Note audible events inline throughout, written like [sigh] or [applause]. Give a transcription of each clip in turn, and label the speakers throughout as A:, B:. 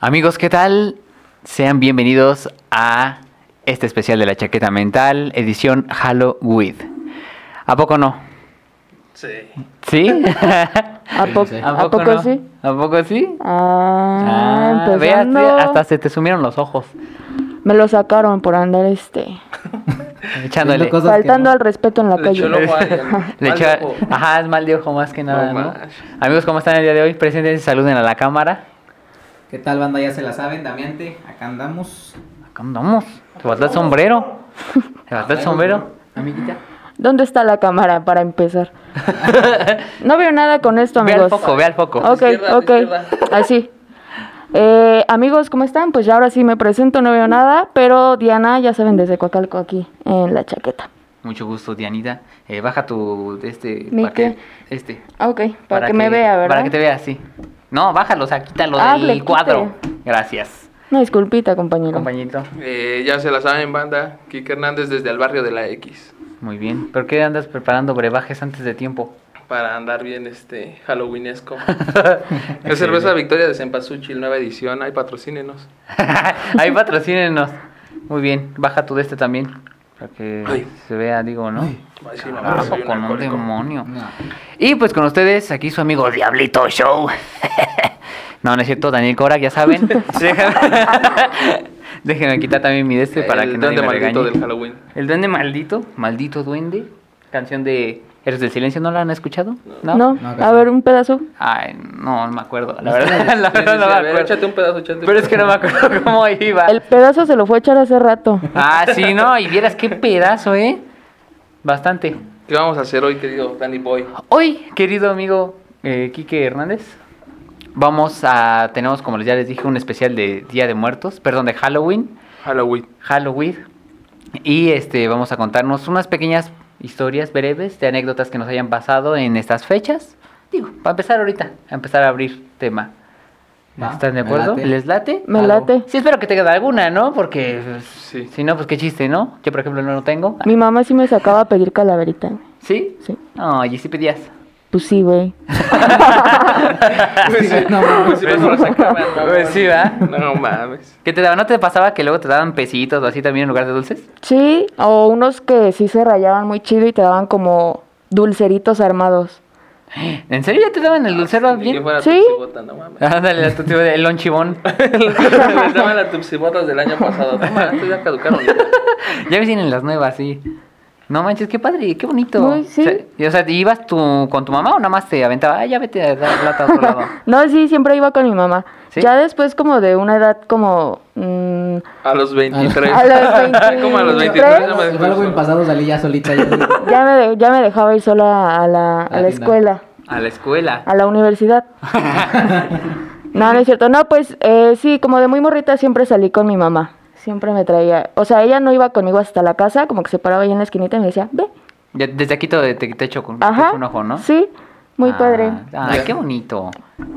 A: Amigos, ¿qué tal? Sean bienvenidos a este especial de la chaqueta mental, edición Halloween. ¿A poco no?
B: Sí.
C: [laughs]
A: ¿Sí?
C: ¿A, po-
D: Sí.
C: ¿A poco sí?
A: ¿A poco sí?
C: Ah,
A: Ah, ve,
C: empezando.
A: hasta- hasta se te sumieron los ojos.
C: Me lo sacaron por andar este.
A: Echándole.
D: Viendo cosas que
C: Faltando
D: no.
C: al respeto en la
B: Le
C: calle.
B: echó el ojo a
C: [laughs]
B: alguien.
A: Le
B: Mal
A: echa-
B: ojo.
A: Ajá, es mal de ojo más que nada,
B: No
A: ¿no?
B: manches.
A: Amigos, ¿cómo están el día de hoy? Preséntense, saluden a la cámara.
D: ¿Qué tal, banda? Ya se la saben, Damiante. Acá andamos.
A: Acá andamos. Te falta el sombrero. Te falta el sombrero.
D: Amiguita.
C: ¿Dónde está la cámara para
D: [laughs]
C: empezar? no veo nada con esto,
A: Ve al
C: amigos.
A: foco, ve al foco.
C: Ok,
B: Izquierda,
C: ok.
B: izquierda.
C: Así. Eh, amigos, ¿cómo están? Pues ya ahora sí me presento, no veo nada, pero Diana, ya saben, desde Coacalco aquí, en la chaqueta.
A: Mucho gusto, Dianita. Eh, baja tu. de Este.
C: ¿Mi
A: para que-
C: qué?
A: Este.
C: Ok, para, que, me vea, ¿verdad?
A: Para que te vea, sí. No, bájalo, o sea, quítalo
C: Ah, le
A: del
C: quité.
A: cuadro. Gracias,
C: Una disculpita, compañero.
A: compañito.
B: Eh, ya se la saben, banda. Kike Hernández desde el barrio de la X.
A: Muy bien. ¿Por qué andas preparando brebajes antes de tiempo? [laughs]
B: Para andar bien este Halloweenesco. es cerveza Victoria de Cempasúchil, nueva edición. Ay, patrocínenos.
A: Ahí patrocínenos. Muy bien, baja tu de este también. Para que
B: Ay.
A: se vea, digo, ¿no?
B: Ay, sí, mamá,
A: Carajo,
B: soy un
A: con un
B: alcohólico.
A: demonio.
D: No.
A: Y pues con ustedes, aquí su amigo Diablito Show. [laughs] no, no es cierto, Daniel Korak, ya
B: [laughs]
A: saben. Déjame, [laughs] déjenme quitar también mi de este para
B: el
A: que no
B: duende
A: me
B: maldito
A: regañe.
B: del Halloween.
A: El duende maldito, maldito duende. Canción de Héroes del Silencio, ¿no la han escuchado?
C: No,
D: No,
C: a
D: casi.
C: ver, un pedazo.
A: Ay, no, no me acuerdo. La verdad, [laughs] la
B: Sí,
A: verdad
B: sí, sí,
A: no me
B: a ver,
A: acuerdo.
B: échate un pedazo, échate un
A: Pero es que no me acuerdo cómo iba.
C: El pedazo se lo fue a echar
A: [laughs]
C: hace rato.
A: Ah, sí, no, y vieras qué pedazo, ¿eh? Bastante.
B: ¿Qué vamos a hacer hoy, querido Danny Boy?
A: Hoy, querido amigo eh, Quique Hernández, vamos a. Tenemos, como ya les dije, un especial de Día de Muertos, perdón, de Halloween.
B: Halloween.
A: Halloween. Y este, vamos a contarnos unas pequeñas historias breves de anécdotas que nos hayan pasado en estas fechas. Digo, para empezar ahorita, a empezar a abrir tema.
D: Va,
A: ¿Están de
D: me
A: acuerdo?
D: late.
A: ¿Les late?
C: Me
D: Claro.
C: late.
A: Sí, espero que tengan alguna, ¿no? Porque pues,
B: Sí.
A: si no, pues qué chiste, ¿no? Yo, por ejemplo, no lo tengo.
C: Mi mamá sí me sacaba a pedir calaverita.
A: ¿Sí?
C: Sí.
A: Ay, y sí
C: [laughs]
A: pedías.
C: Pues sí, güey.
B: Pues sí,
D: no mames.
B: pues sí, pues no lo sacaban, mamón.
A: Pues sí, ¿verdad?
B: No mames.
A: ¿Qué te daba? ¿No te pasaba que luego te daban pesitos o así también en lugar de dulces?
C: Sí, o unos que sí se rayaban muy chido y te daban como dulceritos armados.
A: ¿En serio ya te daban el dulcero
B: Ni que
A: bien?
B: fuera
C: Sí.
B: Tupsibota, no
A: [laughs]
B: mames.
A: Ándale, la tutiva de- el lonchibón.
B: Les daban las tupsibotas del año pasado. Toma, esto ya caducaron.
A: ya me tienen las nuevas, sí. No manches, qué padre, qué bonito.
C: Muy, sí.
A: O sea, y- O sea, ¿ibas tú con tu mamá o nada más te aventaba? Ah, ya vete a dar plata a otro lado.
C: No, sí, siempre iba con mi mamá.
A: ¿Sí?
C: Ya después como de una edad como... mm,
B: A los 23.
C: a los 23.
B: ¿Cómo a los 23?
C: ¿Tres?
B: No me
D: El Halloween pasado salí ya solita. ya-
A: [laughs]
C: ya, me de- ya me dejaba ir sola a la, a
D: Ah,
C: la
D: sí, no.
C: escuela,
A: A la escuela.
C: a la universidad.
D: Ah,
C: No, no es cierto. No, pues eh, sí, como de muy morrita siempre salí con mi mamá. Siempre me traía... O sea, ella no iba conmigo hasta la casa, como que se paraba ahí en la esquinita y me decía, ve.
A: Ya desde aquí te, te, te echo con- te
C: Ajá.
A: echo un ojo, ¿no?
C: Sí, muy
A: Ah,
C: padre.
A: Ay, qué bonito.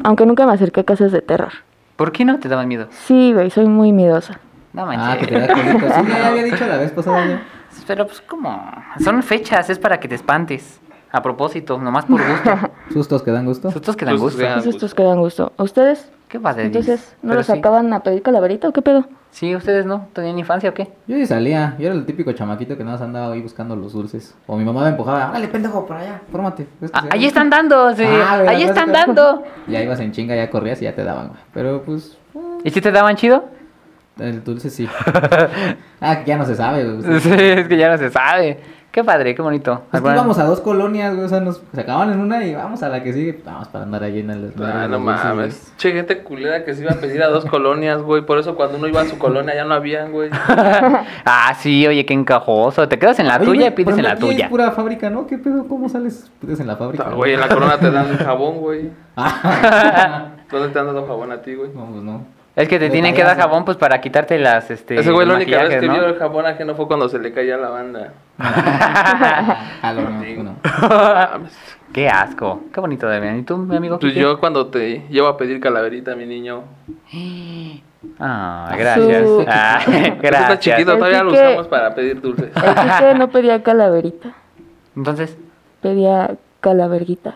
C: Aunque nunca me acerqué a casas de terror.
A: ¿Por qué no te daban miedo?
C: Sí, güey, soy muy miedosa.
A: No
D: Ah,
A: manches.
D: que te da culito. Sí, ya había dicho la vez pasada. ya.
A: [laughs] Pero pues como... Son fechas, es para que te espantes. A propósito, nomás por gusto.
C: [laughs]
D: Sustos que dan gusto.
A: Sustos que dan
B: Sustos
A: gusto.
B: que dan- Ah,
C: Esos
B: pues.
C: estos que dan gusto. ¿A ustedes?
A: Qué padre.
C: Entonces, ¿no
A: Pero
C: los
A: sí.
C: acaban a pedir calaverita o qué pedo?
A: Sí, ustedes no. ¿Tenían infancia o qué?
D: Yo sí salía. Yo era el típico chamaquito que nada más andaba ahí buscando los dulces. O mi mamá me empujaba. Órale, pendejo, por allá. Fórmate. Ves que
A: Ah,
D: se-
A: ahí están dando, sí.
D: Ah, güey,
A: ahí
D: la
A: están
D: neta. [laughs]
A: dando.
D: Ya ibas en chinga, ya corrías y ya te daban, güey. Pero pues.
A: ¿Y si te daban chido?
D: El
A: [laughs]
D: dulce sí. ah, que ya no se sabe, güey. Pues,
A: Sí, es que ya no se sabe. Qué padre, qué bonito.
D: que
A: ¿Alguna-
D: íbamos a dos colonias, güey. O sea, nos sacaban en una y vamos a la que sigue. Vamos para andar ahí en el.
B: Ah, no mames. Che, gente culera que se iba a pedir a dos colonias, güey. Por eso cuando uno iba a su colonia ya no habían, güey.
A: ah, sí, oye, qué encajoso. Te quedas en la tuya y pides en la
D: Es
A: tuya.
D: pura fábrica, ¿no? ¿Qué pedo? ¿Cómo sales? Pides en la fábrica.
B: Ah,
D: [laughs]
B: Güey, en la corona te dan jabón, güey.
D: Ah,
B: ¿Dónde te han dado jabón a ti, güey?
D: no,
A: [laughs]
D: pues no.
A: Es que te
D: De
A: tienen que dar
D: payaso.
A: jabón pues para quitarte las este
B: Ese güey la
A: los
B: única vez que
A: maquillajes,
B: vio
A: ¿no?
B: el jabón ajeno fue cuando se le caía la banda.
D: Ah, lo no, tú no.
A: Qué asco. Qué bonito de ¿Y tú, mi amigo?
B: Pues
A: Quique?
B: yo cuando te llevo a pedir calaverita, mi niño.
A: Ah, gracias.
C: Su-
A: Ah,
B: Eso
A: [laughs]
B: está
A: gracias.
B: chiquito, todavía lo
C: Así que-
B: usamos para pedir dulces.
C: El Quique no pedía calaverita,
B: [laughs]
A: Entonces,
C: pedía calaverguita.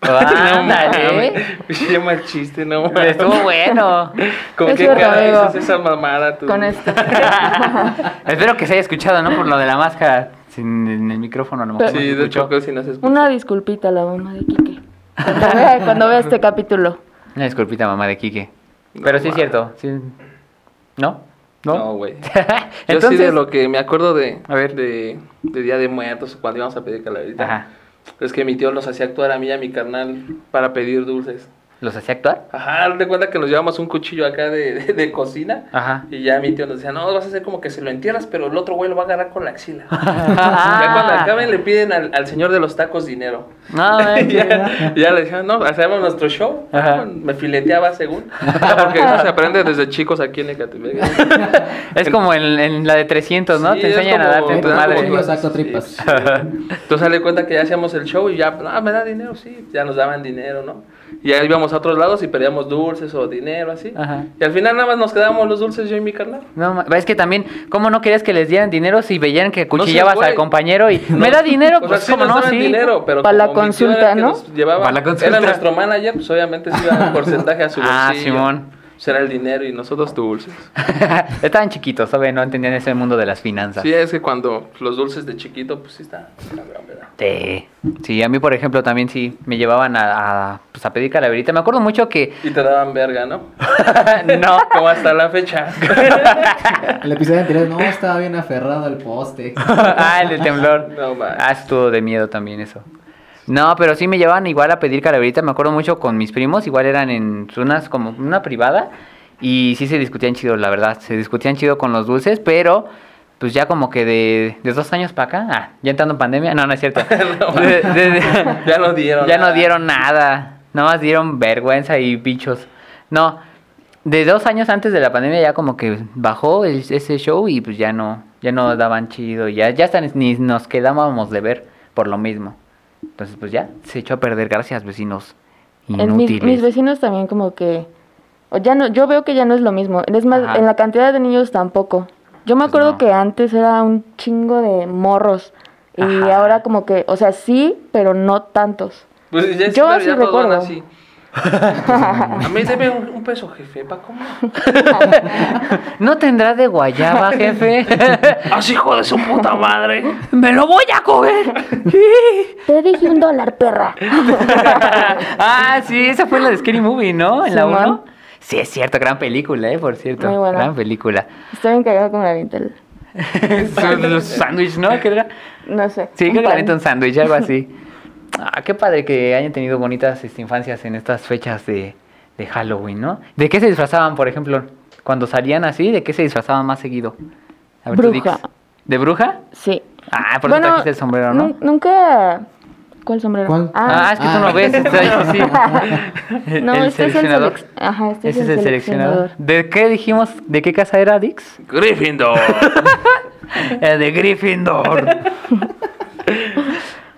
A: Ándale.
B: Pinche mal chiste, no mames.
A: Estuvo
D: [laughs]
A: bueno.
B: ¿Con
C: Es
B: qué
C: cierto,
B: cara
C: amigo.
B: dices esa mamada tú?
C: Con esto. [laughs]
A: Espero que se haya escuchado, ¿no? Por lo de la máscara. Sin en el micrófono, a lo mejor. no se
B: Sí, de
A: escuchó.
B: hecho, creo que sí nos escuchó.
C: Una disculpita a la mamá de Quique. Cuando vea, cuando vea este capítulo.
A: Una disculpita, mamá de Quique.
B: No
A: Pero sí es
B: mames.
A: cierto. sí. ¿No? ¿No? [laughs]
B: No, güey. Yo sí
A: Entonces,
B: de lo que me acuerdo de,
A: A ver.
B: de, de Día de Muertos, cuando íbamos a pedir calaverita.
A: Ajá.
B: Es que mi tío los hacía actuar a mí y a mi carnal para pedir dulces.
A: ¿Los hacía actuar?
B: Ajá, haz de cuenta que nos llevamos un cuchillo acá de, de- de cocina.
A: Ajá.
B: Y ya mi tío nos decía, no, vas a hacer como que se lo entierras, pero el otro güey lo va a agarrar con
A: [laughs]
B: la axila. Ya cuando acaben le piden al, al señor de los tacos dinero. [laughs]
A: No, manches.
B: ya, ya le decían, no, hacemos nuestro show.
A: Ajá.
B: Me fileteaba según. Porque eso se aprende desde chicos aquí en Ecatepec.
A: es como en, en la de 300, ¿no?
B: Sí,
A: Te
B: es
A: enseñan a
B: como-
A: darte en tu
B: te dan
A: madre.
B: como-
D: Yo saco tripas.
B: Entonces le cuenta que ya hacíamos el show y ya, ah, me da dinero, sí, ya nos daban dinero, ¿no? Y ya íbamos a otros lados y pedíamos dulces o dinero, así.
A: Ajá.
B: Y al final nada más nos quedábamos los dulces yo y mi carnal.
A: No, ma- es que también, ¿cómo no querías que les dieran dinero si veían que cuchillabas
B: güey.
A: al compañero
B: [laughs]
A: y [laughs] me da dinero?
B: O sea,
A: Pues,
B: sí
A: ¿cómo
B: nos
A: no?
B: daban
A: Sí.
B: dinero, pero
C: Pa' la
B: como mi tío
C: consulta,
B: era el que
C: ¿no?
B: nos llevaba-
A: Pa' la consulta.
B: Era nuestro manager, pues obviamente sí
A: [laughs]
B: iba un porcentaje a su
A: Ah,
B: bolsillo.
A: Simón.
B: Pues era el dinero y nosotros dulces.
A: [laughs] Estaban chiquitos, ¿sabes? No entendían ese mundo de las finanzas.
B: Sí, es que cuando los dulces de chiquito, pues sí está. cabrón, ¿verdad?
A: Sí. Sí, a mí, por ejemplo, también sí me llevaban a, a, pues, a pedir calaverita. Me acuerdo mucho que...
B: Y te daban verga, [laughs] ¿no?
A: no.
B: [laughs] Como hasta la fecha.
D: El episodio anterior no estaba bien aferrado al poste. [laughs]
A: [laughs] ah, el del temblor.
B: No, man.
A: ah, estuvo de miedo también eso. No, pero sí me llevaban igual a pedir calaverita. Me acuerdo mucho con mis primos, igual eran en unas como una privada. Y sí se discutían chido, la verdad. Se discutían chido con los dulces, pero pues ya como que de, de dos años para acá, ah, ya entrando en pandemia. No, no es cierto.
B: [laughs] No, man.
A: De- de- de-
B: ya no dieron.
A: ya no
B: nada.
A: dieron nada. Nada más dieron vergüenza y bichos. No, de dos años antes de la pandemia ya como que bajó el- ese show y pues ya no, ya no daban chido. Ya, ya hasta ni nos quedábamos de ver por lo mismo. Entonces pues ya se echó a perder gracias vecinos
C: En mis,
A: inútiles.
C: mis vecinos también como que... o Ya no, yo veo que ya no es lo mismo. Es más,
A: Ajá.
C: en la cantidad de niños tampoco. Yo me
A: Pues
C: acuerdo
A: no.
C: que antes era un chingo de morros. Y
A: Ajá.
C: ahora como que, o sea, sí, pero no tantos.
B: Pues ya,
C: Yo
B: pero
C: sí
B: ya todos van
C: recuerdo.
B: así. A mí debe un, un peso, jefe, ¿pa' cómo?
A: [laughs] No tendrá de guayaba,
C: [laughs]
A: jefe.
B: Así, hijo de su puta madre.
A: Me lo voy a comer.
C: Te dije un dólar, perra.
A: [laughs] ah, sí, esa fue la de Scary Movie, ¿no? En la
C: Simón.
A: 1. Sí, es cierto, gran película, ¿eh? Por cierto.
C: Muy buena.
A: Gran película. [laughs]
C: Estoy encargado con la Intel.
A: Los sándwich, ¿no? ¿Qué era?
C: No sé.
A: Sí,
C: un
A: creo que la
C: pan.
A: neta un sándwich, algo así. Ah, qué padre que hayan tenido bonitas este, infancias en estas fechas de, de Halloween, ¿no? ¿De qué se disfrazaban, por ejemplo? Cuando salían así, ¿de qué se disfrazaban más seguido? A tú, Dix.
C: Bruja.
A: ¿De bruja?
C: Sí.
A: Ah, por eso trajiste el sombrero, ¿no?
C: nun- Nunca... ¿Cuál sombrero?
D: ¿Cuál?
A: Ah,
C: Ah,
A: es que tú no
C: [laughs]
D: Ah.
A: ves. está- sí.
C: no,
A: El
C: este es el
A: seleccionador.
C: selec- Ajá, este
A: Ese es el seleccionador. ¿De qué dijimos? ¿De qué casa era
B: [laughs]
A: Dix? [laughs]
B: Gryffindor.
A: El de Gryffindor.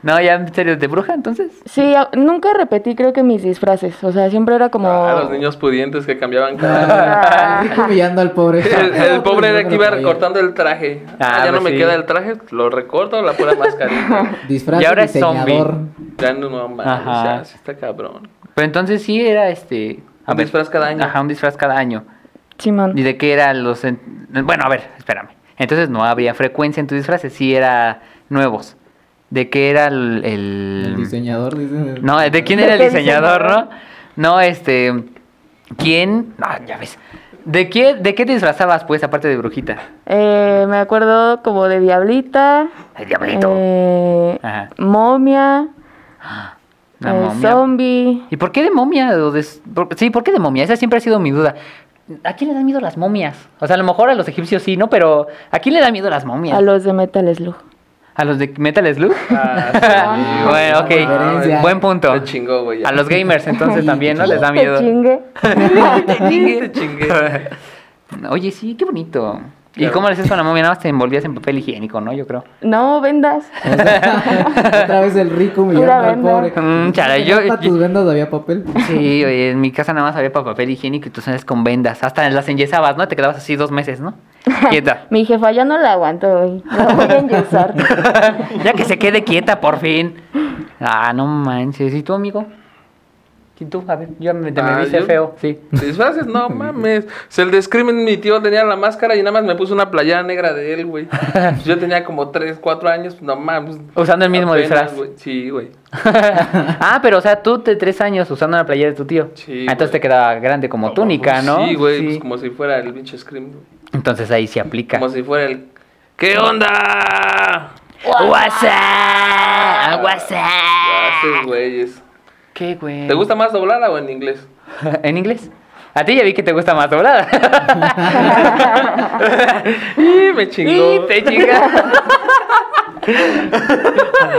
A: no, ya en serio, ¿de bruja entonces?
C: Sí, a- nunca repetí creo que mis disfraces. O sea, siempre era como...
A: Ah,
B: A los niños pudientes que cambiaban
A: [laughs]
B: cada...
C: Ah.
D: Estoy humillando al
B: [laughs]
D: pobre.
B: El, el pobre era que iba
D: Otro
B: recortando el traje. Ah,
A: Ah,
B: ya no
A: pues
B: me
A: sí.
B: queda el traje, lo recorto la
A: [laughs]
B: pura mascarilla.
D: Disfraz
A: Y
D: y
A: ahora
D: ahora
A: es zombie.
B: ya no, no mames,
A: Ajá.
B: o sea, sí está cabrón.
A: Pero entonces sí era este. a
B: Un disfraz cada año.
A: Ajá, un disfraz cada año.
C: Simón.
A: ¿Y de qué eran los.? en- Bueno, a ver, espérame. Entonces no había frecuencia en tus disfraces, sí era nuevos. ¿De qué era el. el-
D: El diseñador dice.
A: Mm. No, ¿de quién era el
C: ¿Qué
A: diseñador, no?
C: diseñador?
A: No, este. ¿Quién? Ah, ya ves. ¿De qué, ¿De qué te disfrazabas, pues, aparte de brujita?
C: Eh, me acuerdo como de Diablita,
A: El diablito.
C: eh,
A: Ajá.
C: Momia,
A: Ah. La
C: eh,
A: momia.
C: Zombie.
A: ¿Y por qué de momia? O de- por- Sí, ¿por qué de momia? Esa siempre ha sido mi duda. ¿A quién le dan miedo las momias? O sea, a lo mejor a los egipcios sí, ¿no? Pero ¿a quién le dan miedo las momias?
C: A los de Metal Slug.
A: ¿A los de Metal Slug? [laughs]
B: Ah, sí, amigo.
A: bueno, ok.
D: Referencia.
A: Buen punto.
B: Te chingó, güey, ya.
A: A los gamers entonces también, ¿no? Les da
C: Te
A: miedo. [laughs]
C: chingue.
A: Te chingue.
B: Te chingue.
A: [laughs] Oye, sí, qué bonito. ¿Y
B: Claro.
A: cómo le haces con la momia? Nada más te envolvías en papel higiénico, ¿no? Yo creo. [laughs]
C: No vendas.
D: [laughs] Otra vez el rico
C: Pura
D: humillando al
C: venda.
D: pobre.
A: Mm, chale,
D: ¿No
A: yo-
D: hasta
A: yo-
D: tus vendas había papel.
A: Sí, oye, en mi casa nada más había pa- papel higiénico y tú salías con vendas. Hasta las enyesabas, ¿no? Te quedabas así dos meses, ¿no? Quieta.
C: Mi jefa ya no la aguanto hoy. La voy
A: [laughs]
C: a enyesar.
A: ya que se quede quieta, por fin. Ah, no manches. ¿Y tú, amigo? ¿Y tú? A ver, yo me, te me
B: Ah,
A: viste
B: yo-
A: feo, sí.
B: [laughs] Disfraces, no mames. Se el descrimen, mi tío tenía la máscara y nada más me puso una playera negra de
A: [laughs]
B: él, güey. Yo tenía como 3, 4 años, no mames.
A: Usando el mismo disfraz.
B: güey. Sí, güey.
A: [laughs] ah, pero o sea, tú de tres años usando la playera de tu tío.
B: Sí,
A: Ah, Entonces
B: güey.
A: te quedaba grande como túnica, ¿no?
B: Sí, güey, pues como si fuera el pinche Scream, güey.
A: Entonces ahí se aplica.
B: Como si fuera el. ¿Qué onda?
A: WhatsApp,
B: Ya sé,
A: WhatsApp.
B: güeyes.
A: ¿Qué, güey?
B: ¿Te gusta más doblada o en inglés?
A: [laughs] ¿En inglés? A ti ya vi que te gusta más
B: [laughs]
A: doblada.
B: Y me chingó.
A: Y te chinga.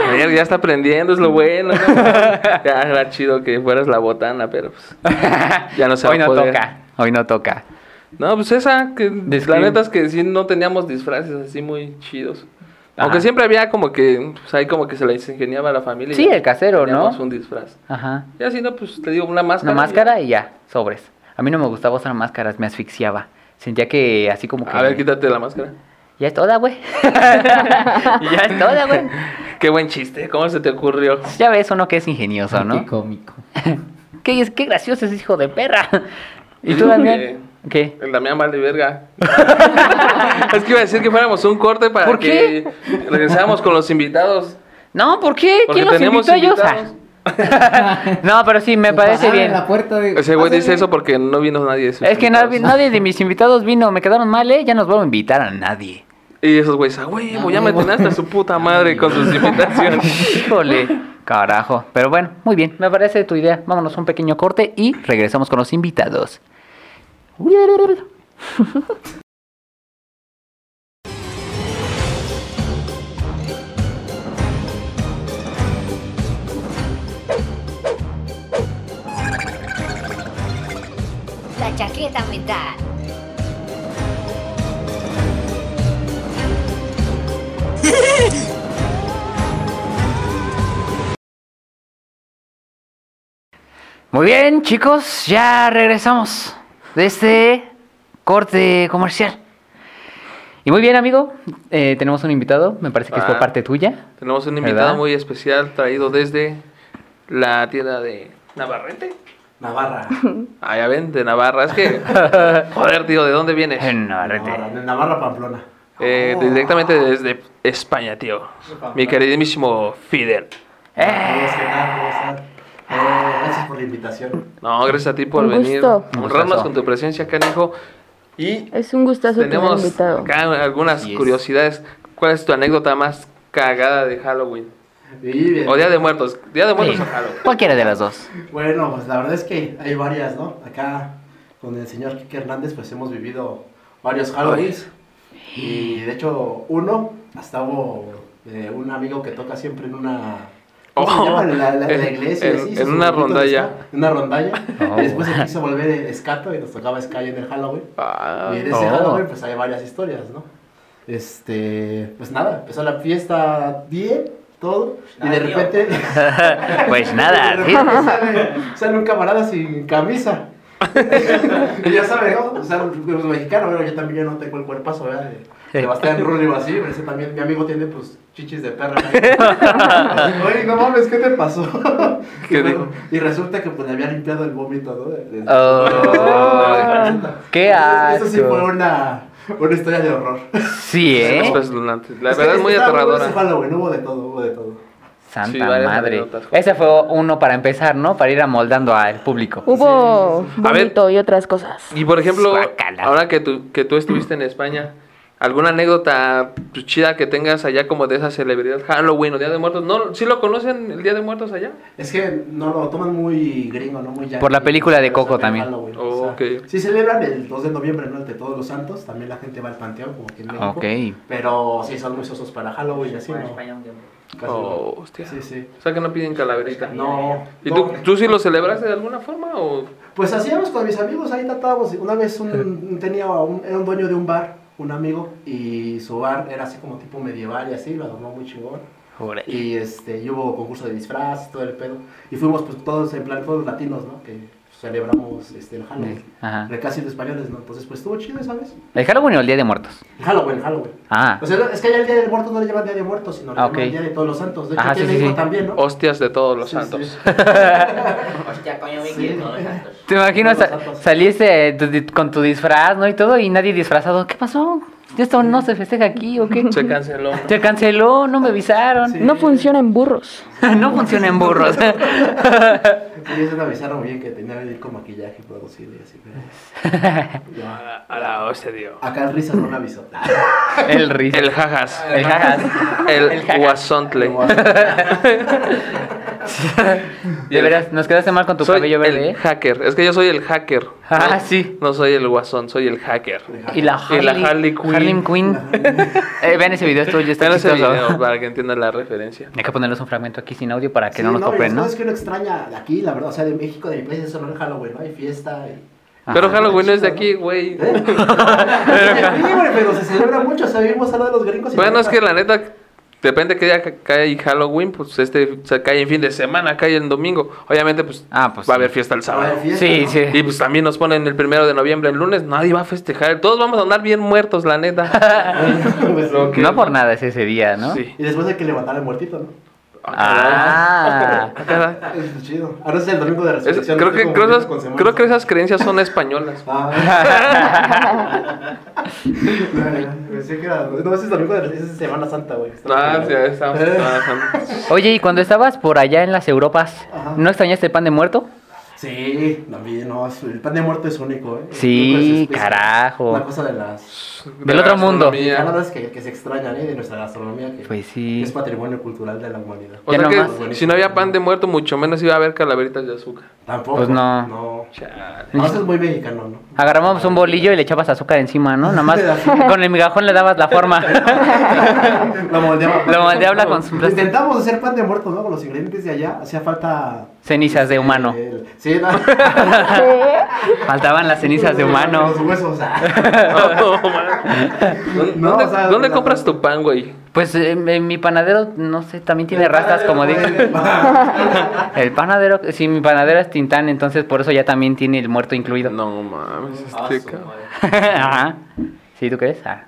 B: A ver, ya está aprendiendo, es lo bueno. [laughs] ¿no? ya era chido que fueras la botana, pero pues. [laughs] Ya no se va
A: Hoy no
B: a poder.
A: toca. Hoy no toca.
B: No, pues esa, que
A: Describe.
B: la neta es que sí no teníamos disfraces así muy chidos.
A: Ajá.
B: Aunque siempre había como que, pues ahí como que se la ingeniaba la familia. y
A: Sí, el casero,
B: teníamos
A: ¿no?
B: un disfraz.
A: Ajá.
B: Y así, no, pues te digo, una máscara.
A: Una máscara y ya, sobres. A mí no me gustaba usar máscaras, me asfixiaba. Sentía que así como que.
B: A ver, quítate la máscara.
A: Ya es toda,
B: [laughs]
A: güey. ya es toda, güey.
B: Qué buen chiste, ¿cómo se te ocurrió?
A: Ya ves uno que es ingenioso,
D: Qué
A: ¿no?
D: cómico.
A: Qué, es- qué gracioso es hijo de perra. ¿Y tú,
B: Eh,
A: Damián? ¿Qué?
B: El Damián vale
A: [laughs]
B: verga. es que iba a decir que fuéramos un corte para
A: ¿Por
B: que regresáramos con los invitados.
A: No, ¿por qué?
B: Porque
A: ¿Quién los
B: tenemos
A: invitó a ellos?
B: invitados.
A: Ah, [laughs] No, pero sí, me
D: Pues
A: parece
D: pasaron
A: bien.
D: la puerta de-
B: Ese güey
D: Pásenle.
B: dice eso porque no vino nadie. de sus
A: Es que na-
B: invitados.
A: nadie de mis invitados vino, me quedaron mal, ¿eh? Ya nos vuelvo a invitar a nadie.
B: Y esos güeyes, ah, huevo, ya
D: Ah,
B: me
D: huevo.
B: tenaste a su puta madre con
A: [laughs]
B: sus invitaciones. [laughs]
A: Híjole, carajo. Pero bueno, muy bien, me parece tu idea. Vámonos a un pequeño corte y regresamos con los invitados.
E: La chaqueta mental.
A: Muy bien, chicos, ya regresamos de este corte comercial. Y muy bien, amigo, eh, tenemos un invitado, me parece que es por
B: Ah.
A: parte tuya.
B: Tenemos un invitado
A: ¿Verdad?
B: muy especial traído desde la tienda de Navarrete.
F: Navarra.
B: Ah, ya ven, de Navarra.
A: [laughs]
B: Es que, joder, tío, ¿de dónde vienes?
A: En Oh. Navarrete.
F: Navarra, de Navarra, Pamplona. Oh.
B: Eh, Directamente desde España, tío. Mi queridísimo Fidel.
A: Eh,
F: ¿Qué tal? Ah, ¿Cómo estás? Eh, gracias por la invitación.
B: No, gracias a ti por
C: Un
B: venir.
C: gusto.
A: Un
B: Honrarnos
A: gustazo.
B: con tu presencia, canijo. Y
C: Es un gustazo tener
B: tenemos
C: invitado.
B: acá algunas
A: Así es.
B: curiosidades. ¿Cuál es tu anécdota más cagada de Halloween?
F: Y, bien.
B: O Día de Muertos. Día de Muertos
A: sí,
B: o Halloween.
A: cualquiera de las dos.
F: Bueno, pues la verdad es que hay varias, ¿no? Acá con el señor Kike Hernández, pues hemos vivido varios Halloweens. Y de hecho, uno, hasta hubo eh, un amigo que toca siempre en una. ¿cómo se
B: Oh,
F: llama? La, la- la
B: en-
F: iglesia,
B: en-
F: así,
B: en
F: sus
B: una
F: grupitos de
B: rondalla.
F: ska, En una rondalla.
A: Oh.
F: Y después se quiso volver escato y nos tocaba ska ahí en el Halloween.
B: Ah,
F: Y en ese
A: Oh.
F: Halloween, pues hay varias historias, ¿no? Este, pues nada, empezó la fiesta bien, todo, y de repente.
A: Pues
F: [laughs] de
A: nada, sí.
F: repente sale, sale un camarada sin camisa. y ya sabe, ¿no? O sea, los mexicanos, bueno, yo también yo no tengo el cuerpazo, ¿verdad? De Sebastián Rulli o así, pero ese también, mi amigo tiene, pues, chichis de
A: [laughs]
F: perra. Oye, no mames, ¿qué te pasó?
B: ¿Qué
F: y, luego-
B: dijo?
F: y resulta que, pues, le había limpiado el vómito, ¿no? De-
A: [laughs]
F: de-
A: Oh, qué
F: Entonces, Eso sí
A: asco.
F: fue una, una historia de horror.
A: Sí, ¿eh?
B: espeluznante. La
F: Es que-
B: verdad es
F: que
B: muy
F: estaba bueno
B: aterradora.
F: ese Halloween, hubo de todo, hubo de todo.
A: Santa
B: Sí, varias
A: madre.
B: anécdotas, joder.
A: Ese fue uno para empezar, ¿no? Para ir amoldando al público.
C: Hubo
B: A ver.
C: vómito y otras cosas.
B: Y por ejemplo,
A: Guácala.
B: ahora que tú, que tú estuviste en España, ¿alguna anécdota pues, chida que tengas allá como de esa celebridad? Halloween o Día de Muertos. ¿No, ¿Sí lo conocen el Día de Muertos allá?
F: Es que no lo toman muy gringo, no muy yankee.
A: Por la película de
F: Pero
A: Coco
F: celebran
A: también.
F: Halloween,
B: Oh, ok.
F: Sí celebran el 2 de noviembre, ¿no? El de todos los santos. También la gente va al panteón, como que en México.
A: Ok.
F: Pero sí son muy sosos para Halloween, así, ¿no? Casi
B: Oh,
F: no.
B: hostia.
F: Sí, sí.
B: O sea que no piden calaverita.
F: No.
B: ¿Y
F: no.
B: tú, tú sí lo celebraste de alguna forma o...?
F: Pues hacíamos con mis amigos, ahí tratábamos. Una
A: [laughs]
F: vez un, tenía un, era un dueño de un bar, un amigo, y su bar era así como tipo medieval y así, lo adornó muy chingón.
A: Órale.
F: Y este, y hubo concurso de disfraz, todo el pedo. Y fuimos pues todos en plan, todos latinos, ¿no? Que celebramos este, el Halloween.
A: Ajá.
F: De casi de españoles, ¿no? Entonces, pues estuvo chido, ¿sabes?
A: ¿El Halloween o el Día de Muertos?
F: El Halloween, Halloween.
A: Ah.
F: O sea, no- es que allá el Día de Muertos no le llaman Día de Muertos, sino le
A: Ah,
F: llaman
A: ok.
F: Día de Todos los Santos. De hecho,
A: Ajá,
F: aquí en
A: sí, sí,
F: México
A: sí.
F: también, ¿no?
B: Hostias de todos los
F: Sí,
B: santos.
F: sí. [laughs]
G: Hostia, coño, me
F: Sí.
G: quiere todos los santos.
A: Te imagino,
F: Todos los
A: sa-
F: santos.
A: saliste eh, tu- di- con tu disfraz, ¿no? Y todo, y nadie disfrazado. ¿Qué pasó? ¿Esto no se festeja aquí o qué?
B: Se canceló.
A: Se canceló, no [laughs] me avisaron.
F: Sí.
C: No funciona en burros.
A: [laughs] no funciona en
B: [laughs]
A: burros.
F: Y eso me avisaron bien que tenía que ir con maquillaje producido y así.
A: [laughs]
F: pero-
B: A la- A la hostia, tío.
F: Acá el Risa no me avisó.
A: [laughs] el risa.
B: El jajas.
A: El jajas.
B: El,
A: El jajas.
F: [laughs]
B: guasontle.
A: De veras, nos quedaste mal con tu
B: soy
A: cabello
B: el
A: verde, ¿eh?
B: hacker. Es que yo soy el hacker.
A: Ah,
B: No-
A: sí.
B: No soy el guasón, soy el hacker.
A: [laughs] Y la
B: Y
A: Harley,
B: la Harley Quinn.
A: Harley
B: [laughs]
A: Eh, vean ese video, esto ya está
B: Vean ese
A: chistoso.
B: video para que entiendan la referencia.
A: Hay que ponerles un fragmento aquí sin audio para que
F: Sí,
A: no nos
F: no, y las
A: copien, ¿no?
F: cosas que uno extraña de aquí, la verdad, o sea, de México, de mi país, eso no es Halloween, ¿no? Hay fiesta
B: [laughs]
F: y... ¿eh?
B: Pero
A: Ajá.
B: Halloween es de
F: Chido, ¿no?
B: aquí, güey.
F: ¿Eh? Sí, güey, pero se celebra mucho, o sea, vivimos al lado de los gringos y...
B: Bueno,
F: la
B: es que
F: neta-
B: la neta, depende que día ca- cae Halloween, pues este se cae en fin de semana, cae en domingo. Obviamente, pues,
A: Ah, pues
B: va a
A: sí.
B: haber fiesta el
F: Va a
B: sábado.
F: haber fiesta,
A: Sí,
F: ¿no?
A: sí.
B: Y pues también nos ponen el primero de noviembre, el lunes, nadie va a festejar. Todos vamos a andar bien muertos, la [laughs] neta.
F: [laughs] Pues,
A: No por nada es ese día, ¿no?
B: Sí.
F: Y después de que levantar el muertito, ¿no?
A: Ah.
B: Ah, caray.
F: Eso es chido. Ahora es el domingo de
B: Es-
F: resurrección.
B: creo,
F: estoy
B: que, creo,
F: confundiendo
B: esas,
F: con Semana
B: creo que
F: Santa.
B: esas creencias son españolas.
F: [laughs] Ah. Pensé que era... No, ese es domingo de ese es Semana Santa, güey.
B: Ah, sí, ahí
F: [laughs]
B: estamos. Ah, estamos.
A: Oye, y cuando estabas por allá en las Europas,
F: Ajá.
A: ¿no extrañaste el pan de muerto?
F: Sí, también, no, es- el pan de muerto es único, ¿eh?
A: Sí,
F: Creo que es- es
A: carajo.
F: Una cosa de las...
A: Del otro mundo.
B: gastronomía.
F: las palabras que, que se extrañan, ¿eh? De nuestra gastronomía, que
A: Pues sí.
F: es patrimonio cultural de la humanidad.
B: O
A: Ya
B: sea que
F: nomás.
B: si no había pan de muerto, mucho menos iba a haber calaveritas de azúcar.
F: Tampoco.
A: Pues no.
F: No.
B: Chale.
F: No, eso es muy mexicano, ¿no?
A: Agarrábamos un bolillo y le echabas azúcar encima, ¿no? Nada más con el migajón le dabas la forma.
F: [laughs] Lo moldeaba.
A: Lo moldeaba con su-
F: Intentamos hacer pan de muerto, ¿no? Con los ingredientes de allá. Hacía falta.
A: Cenizas de humano.
F: el- [laughs] Sí, no.
A: Faltaban las [laughs] cenizas de humano.
F: Los huesos. ah.
B: [laughs] No, man.
F: No,
B: ¿Dónde,
F: o sea,
B: dónde
F: la-
B: compras tu pan, güey?
A: Pues eh, mi mi panadero, no sé, también tiene rastas, como digo. El panadero, sí, mi panadero es Tintán, entonces por eso ya también tiene el muerto incluido.
B: No mames, este cabrón.
A: Ajá. ¿Sí, tú crees? Ah.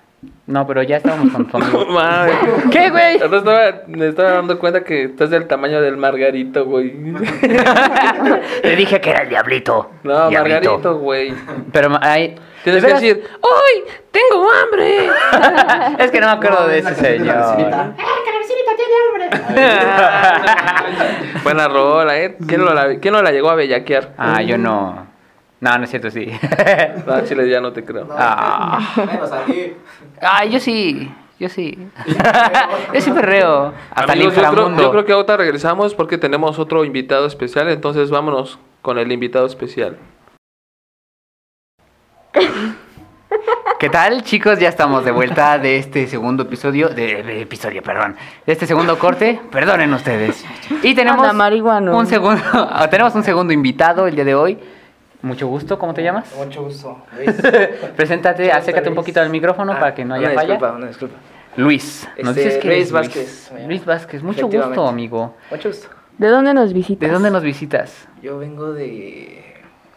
A: No, pero ya estábamos con tu
B: No [laughs]
A: amigo.
B: mames.
A: ¿Qué, güey?
B: Ahorita estaba- me estaba dando cuenta que estás del tamaño del
A: [laughs]
B: margarito, güey.
A: Te dije que era el diablito.
B: No,
A: Diablito.
B: margarito, güey. [laughs]
A: Pero ma- ay,
B: Tienes
A: ¿de
B: que
A: veras?
B: decir, ¡Uy! ¡Tengo hambre!
A: es que no me acuerdo de ese señor. Ah,
B: Buena rola, ¿eh? ¿Quién no la, quién no la llegó a bellaquear?
A: Ah, yo no. No, no es cierto, [laughs] sí.
B: No, chile, ya no te creo.
A: ah.
G: Menos a ti.
A: Ay, Ah, yo sí. Yo [laughs] sí. yo sí perreo. Hasta
B: Amigos,
A: el
B: yo, creo,
A: inframundo.
B: yo creo que ahorita regresamos porque tenemos otro invitado especial, entonces vámonos con el invitado especial.
A: ¿Qué tal, chicos? Ya estamos de vuelta de este segundo episodio. De, de episodio, perdón. De este segundo corte. Perdonen ustedes. Y tenemos.
C: Anda, marihuano.
A: Un segundo. [laughs] ah, tenemos un segundo invitado el día de hoy. Mucho gusto, ¿cómo te llamas? [laughs]
G: Mucho gusto. Luis.
A: Preséntate, acércate un poquito al micrófono
G: Ah,
A: para que no haya
G: una
A: falla.
G: Disculpa, una disculpa.
A: Luis. ¿Nos
G: Este,
A: dices que
G: Luis
A: eres
G: Vázquez.
A: Luis, Luis Vázquez, mucho
G: Efectivamente.
A: gusto, amigo.
G: Mucho gusto.
C: ¿De dónde nos visitas?
A: ¿De dónde nos visitas?
G: Yo vengo de.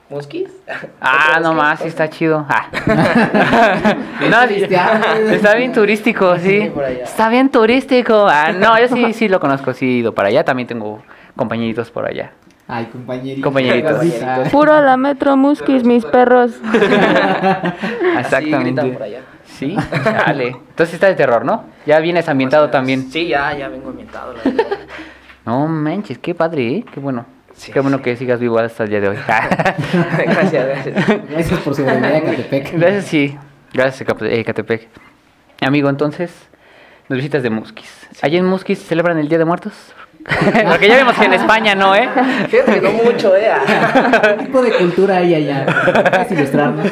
G: ¿Mosquis?
A: [laughs] Ah, no más, sí está chido. Ah. [laughs] No, sí, [laughs] está bien turístico, sí.
G: Sí, por allá.
A: Está bien turístico. Ah, no, yo
G: [laughs]
A: sí, sí lo conozco, sí he ido para allá. También tengo compañeritos por allá.
D: Ay, compañeritos.
A: Compañeritos.
D: Ay,
C: Puro a la Metro Musquis,
A: [laughs]
C: mis perros.
G: Así gritan
A: Exactamente.
G: por allá.
A: Sí, dale. Entonces está de terror, ¿no? Ya vienes ambientado
G: Más o menos.
A: también.
G: Sí, ya, ya vengo ambientado, la verdad.
A: [laughs]
G: [laughs]
A: No manches, qué padre, ¿eh? Qué bueno.
G: Sí,
A: qué bueno
G: sí.
A: que sigas vivo hasta el día de
G: [laughs]
A: hoy.
G: gracias, gracias.
D: Gracias por su bienvenida a Catepec.
A: [laughs] Gracias, sí. Gracias, Cap- eh, Catepec. Amigo, entonces, nos visitas de Musquis. ¿Allí en Musquis celebran el Día de
G: [laughs]
A: Muertos? Porque ya vemos que en España no, ¿eh?
G: Fíjate que no mucho, eh. [laughs]
D: ¿Qué tipo de cultura hay allá? Puedes ilustrarnos.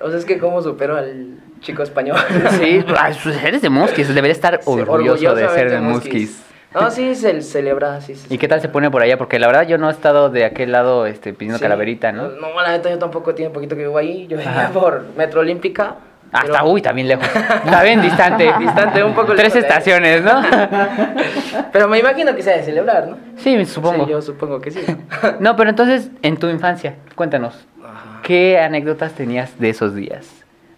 G: O sea, es que cómo supero al chico español. [laughs]
A: Sí, ay, pues, eres de Musquis, debería estar
G: Sí,
A: orgulloso, de ser de Musquis.
G: No, sí, se celebra, sí. sí,
A: ¿Y qué tal se pone por allá? Porque la verdad yo no he estado de aquel lado este, pidiendo
G: Sí.
A: calaverita, ¿no?
G: No, la neta yo tampoco tiene poquito que vivo ahí. Yo venía por Metro Olímpica.
A: Hasta, Ah, uy, también lejos. Está bien distante.
G: Distante, un poco
A: Tres
G: lejos ¿eh? de ahí.
A: estaciones, ¿no?
G: [laughs] [laughs] Pero me imagino que sea de celebrar, ¿no?
A: Sí, supongo.
G: Sí, yo supongo que sí.
A: No, pero entonces, en tu infancia, cuéntanos, ¿qué anécdotas tenías de esos días?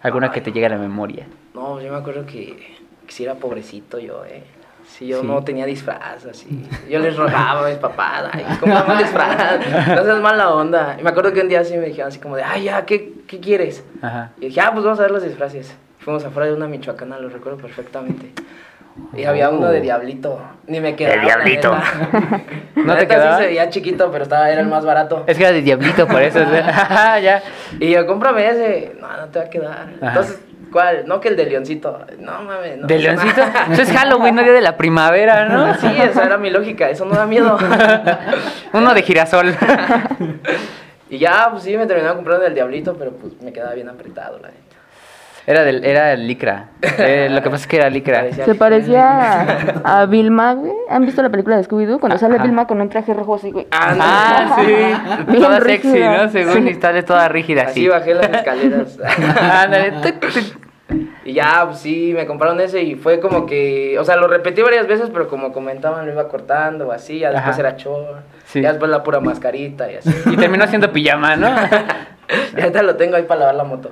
A: ¿Alguna que te llegue a la memoria?
G: No, yo me acuerdo que, que si era pobrecito yo, ¿eh? Si yo
A: Sí.
G: no tenía disfraz, así. Yo les rogaba a mis papás,
A: [laughs]
G: ay, comprame un disfraz, no seas mala onda. Y me acuerdo que un día así me dijeron así como de, ay, ya, ¿qué, qué quieres?
A: Ajá.
G: Y dije, ah, pues vamos a ver los disfraces. Fuimos afuera de una michoacana, lo recuerdo perfectamente. Y había uno de diablito. Ni me quedaba.
A: Uh. De diablito. [laughs] ¿No
G: No
A: te
G: te
A: quedaba?
G: Sí se veía chiquito, pero estaba, era el más barato.
A: Es que era de diablito, por [laughs] eso. Ajá, ya.
G: Y yo, cómprame ese. No, no te va a quedar.
A: Ajá.
G: Entonces, ¿cuál? No, que el de leoncito. No, mames. No.
A: ¿De
G: [laughs]
A: leoncito? [laughs] Eso es Halloween, no día de la primavera, [laughs] ¿no?
G: Sí, esa era mi lógica. Eso no da
A: [laughs]
G: miedo.
A: Uno de [laughs] girasol.
G: y ya, pues sí, me terminaron comprando el diablito, pero pues me quedaba bien apretado, la neta.
A: Era del, era licra. Eh, lo que pasa es que era licra.
G: Parecía-
C: Se parecía a, a Vilma, güey. ¿Han visto la película de Scooby-Doo? Cuando sale
A: Ajá.
C: Vilma con un traje rojo así, güey.
A: Ah, sí.
C: [laughs] Bien
A: Toda sexy,
C: rígida.
A: ¿no? Según y sale toda rígida,
G: [laughs] Así
A: así.
G: bajé las escaleras.
A: [laughs] Ándale. tuc, tuc.
G: Y ya, pues, sí, me compraron ese y fue como que, o sea, lo repetí varias veces, pero como comentaban, lo iba cortando o así, ya después
A: Ajá.
G: era chor,
A: Sí.
G: ya después la pura mascarita y así. [laughs]
A: Y terminó haciendo pijama, [laughs] ¿no?
G: y ahorita lo tengo ahí para lavar
A: [laughs]
G: la moto.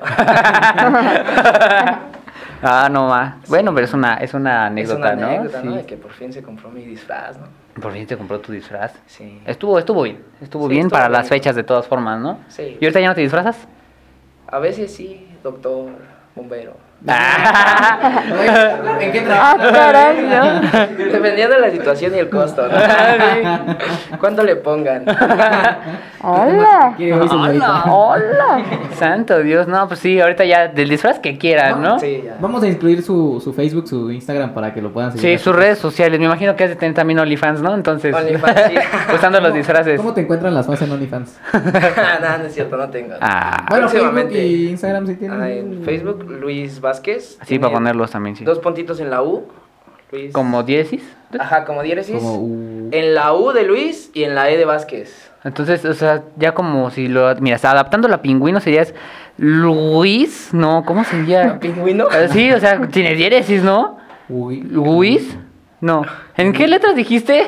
A: ah, no va. Bueno, pero es una, es una
G: es
A: anécdota,
G: una anécdota,
A: ¿no?
G: ¿no?
A: Sí.
G: De que por fin se compró mi disfraz, ¿no?
A: Por fin te compró tu disfraz.
G: Sí.
A: Estuvo, estuvo bien. Estuvo
G: Sí,
A: bien
G: estuvo
A: para las
G: bien.
A: fechas de todas formas, ¿no?
G: Sí.
A: ¿Y ahorita ya no te disfrazas?
G: A veces sí, doctor,
A: [laughs]
G: bombero.
D: ¿En qué
C: Ah,
D: trabajas?
C: caray,
A: [laughs]
C: ¿no?
G: Dependiendo de la situación y el costo, ¿no? ¿Cuánto le pongan?
C: ¡Hola!
D: ¿Quiere hoy, señorita?
C: ¡Hola!
A: Santo Dios, no, pues sí, ahorita ya del disfraz que quieran, ¿no?
G: Sí, ya.
D: Vamos a incluir su, su Facebook, su Instagram para que lo puedan
A: Sí,
D: seguir.
A: sus redes sociales. Me imagino que has de tener también OnlyFans, ¿no? Entonces,
G: OnlyFans, sí.
A: [laughs] usando los disfraces.
D: ¿Cómo te encuentran las fans en OnlyFans?
G: Nada, [laughs] no es cierto, no tengo.
A: Ah,
D: Bueno, Facebook
G: Próximamente.
D: y Instagram sí tienen.
G: Ah, en Facebook, Luis Vázquez.
A: sí,
G: Tiene
A: para ponerlos también, sí.
G: Dos Ah. puntitos en la U. Luis.
A: Como diecis.
G: Ajá, como diéresis.
D: Como U.
G: En la U de Luis y en la E de Vázquez.
A: Entonces, o sea, ya como si lo. Mira, está adaptando la pingüino serías Luis. No, ¿cómo sería?
G: [laughs] ¿Pingüino?
A: Ah, Sí, o sea, tiene diéresis, ¿no?
D: Uy.
A: Luis. No. ¿En qué letras
D: [laughs]
A: dijiste?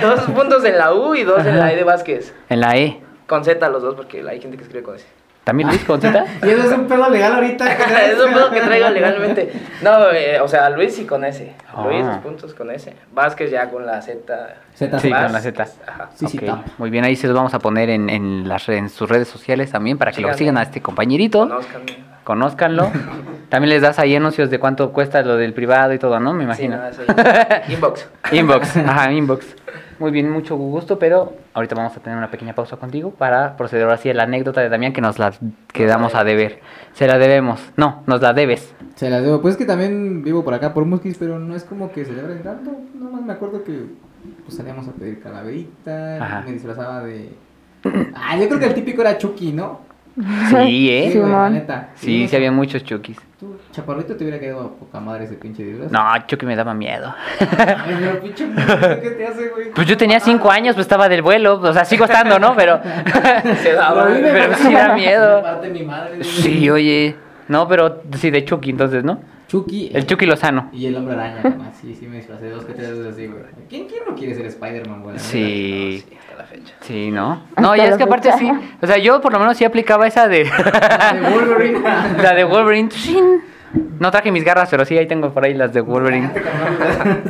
G: dos puntos en la U y dos en la E de Vázquez.
A: en la E.
G: Con Z los dos, porque hay gente que escribe con Z.
A: ¿También Luis con Z?
F: Y eso es un pedo legal ahorita.
G: [laughs] es un pedo que traigo legalmente. No, eh, o sea, Luis y con S.
A: Ah.
G: Luis, dos puntos con S. Vázquez ya con la Z.
D: Z.
A: Sí,
G: Vas-
A: con la Z.
G: Ajá.
D: Sí, sí,
A: Ok,
D: tap.
A: Muy bien, ahí se los vamos a poner en, en las redes- en sus redes sociales también para que lo
G: Síganme.
A: sigan a este compañerito.
G: Conózcanme.
D: [laughs]
A: Conózcanlo. también les das ahí anuncios de cuánto cuesta lo del privado y todo, ¿no? Me
G: Sí,
A: imagino.
G: no, eso
A: [laughs]
G: ya. Inbox.
D: [laughs]
A: Inbox, ajá, inbox. Muy bien, mucho gusto, pero ahorita vamos a tener una pequeña pausa contigo para proceder ahora sí a la anécdota de Damián que nos la quedamos a deber. Se la debemos. No, nos la
D: [laughs]
A: debes.
D: Se las debo. Pues es que también vivo por acá, por Musquis, pero no es como que celebren tanto. Nada más me acuerdo que pues, salíamos a pedir calaverita,
A: Ajá.
D: me disfrazaba de... Ah, yo creo que el típico era Chucky, ¿no?
A: Sí,
D: Sí,
A: ¿eh?
D: güey, la
C: Simón.
D: neta.
A: Sí,
D: no
A: sí
D: sé,
A: había muchos chukis.
D: Tú, chaparrito, te hubiera quedado a poca madre ese pinche disfraz.
A: No, chuki me daba miedo.
D: [laughs]
A: [laughs]
D: Ay, pero pinche mujer, ¿qué te hace, güey?
A: Pues yo tenía cinco años, pues estaba del vuelo, o sea, sigo estando, ¿no? Pero,
G: Se da,
D: Lo vive.
A: [laughs] pero sí da
D: [laughs] Me
A: miedo.
D: parte mi madre, güey.
A: Sí, oye. No, pero sí, de Chucky, entonces, ¿no?
D: Chucky.
A: El Chucky Lozano.
D: Y el hombre araña, nomás. Sí, sí, me disfracé de dos que tres veces así, güey. ¿Quién, ¿Quién no quiere ser Spider-Man, güey? La
A: Sí.
G: Sí, hasta la fecha.
A: Sí, ¿no?
C: Hasta
A: No, y es
C: la
A: que aparte
C: fecha.
A: sí. O sea, yo por lo menos sí aplicaba esa de.
D: neta. De Wolverine.
A: [laughs] la de Wolverine. Tsin. No traje mis garras, pero sí, ahí tengo por ahí las de Wolverine.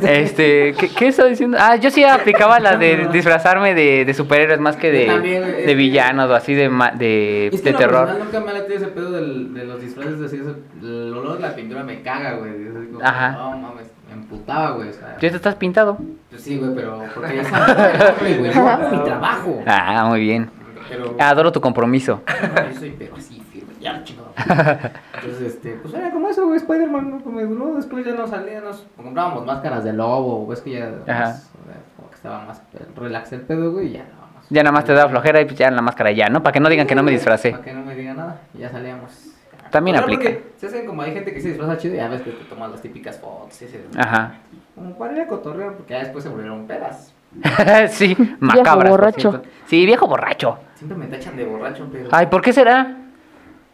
A: Este, ¿qué, qué estaba diciendo? Ah, yo sí aplicaba la de disfrazarme de, de superhéroes más que
D: Yo también,
A: de,
D: güey.
A: de villanos o así de, ma- de,
D: Es que
A: de
D: en lo
A: terror.
D: personal nunca me ha latido ese pedo del- de los disfraces así, ese- el olor de la pintura me caga, güey. Es así como,
A: Ajá.
D: No mames, me emputaba, güey. O sea,
A: ¿Ya te estás pintado?
D: pues sí, güey, pero
A: [laughs]
D: porque esa madre, güey, güey, yo hago mi trabajo.
A: Ah, muy bien. [laughs]
D: Pero
A: Adoro tu compromiso.
D: yo soy pero así firme, ya chingado. Entonces, este, pues era como eso, güey, Spider-Man, ¿no? Como, no, después ya nos salíamos, comprábamos máscaras de lobo, güey, es que ya más, o sea, como que estaba más relax el pedo, güey, y ya nada más.
A: Ya nada más te da flojera y pues ya la máscara ya, ¿no? Para que no digan que no me disfracé.
D: Para que no me digan nada, y ya salíamos.
A: También
D: Pero no,
A: aplica.
D: porque Se hacen como hay gente que se disfraza chido y ya ves que te tomas las típicas fotos. y se-
A: Ajá. [laughs]
D: Como para ir a cotorrear, porque ya después se volvieron pedas.
A: sí, macabras. por
C: borracho.
A: cierto. Sí, viejo borracho.
D: Siempre me tachan de borracho, pero.
A: Ay, ¿por qué será?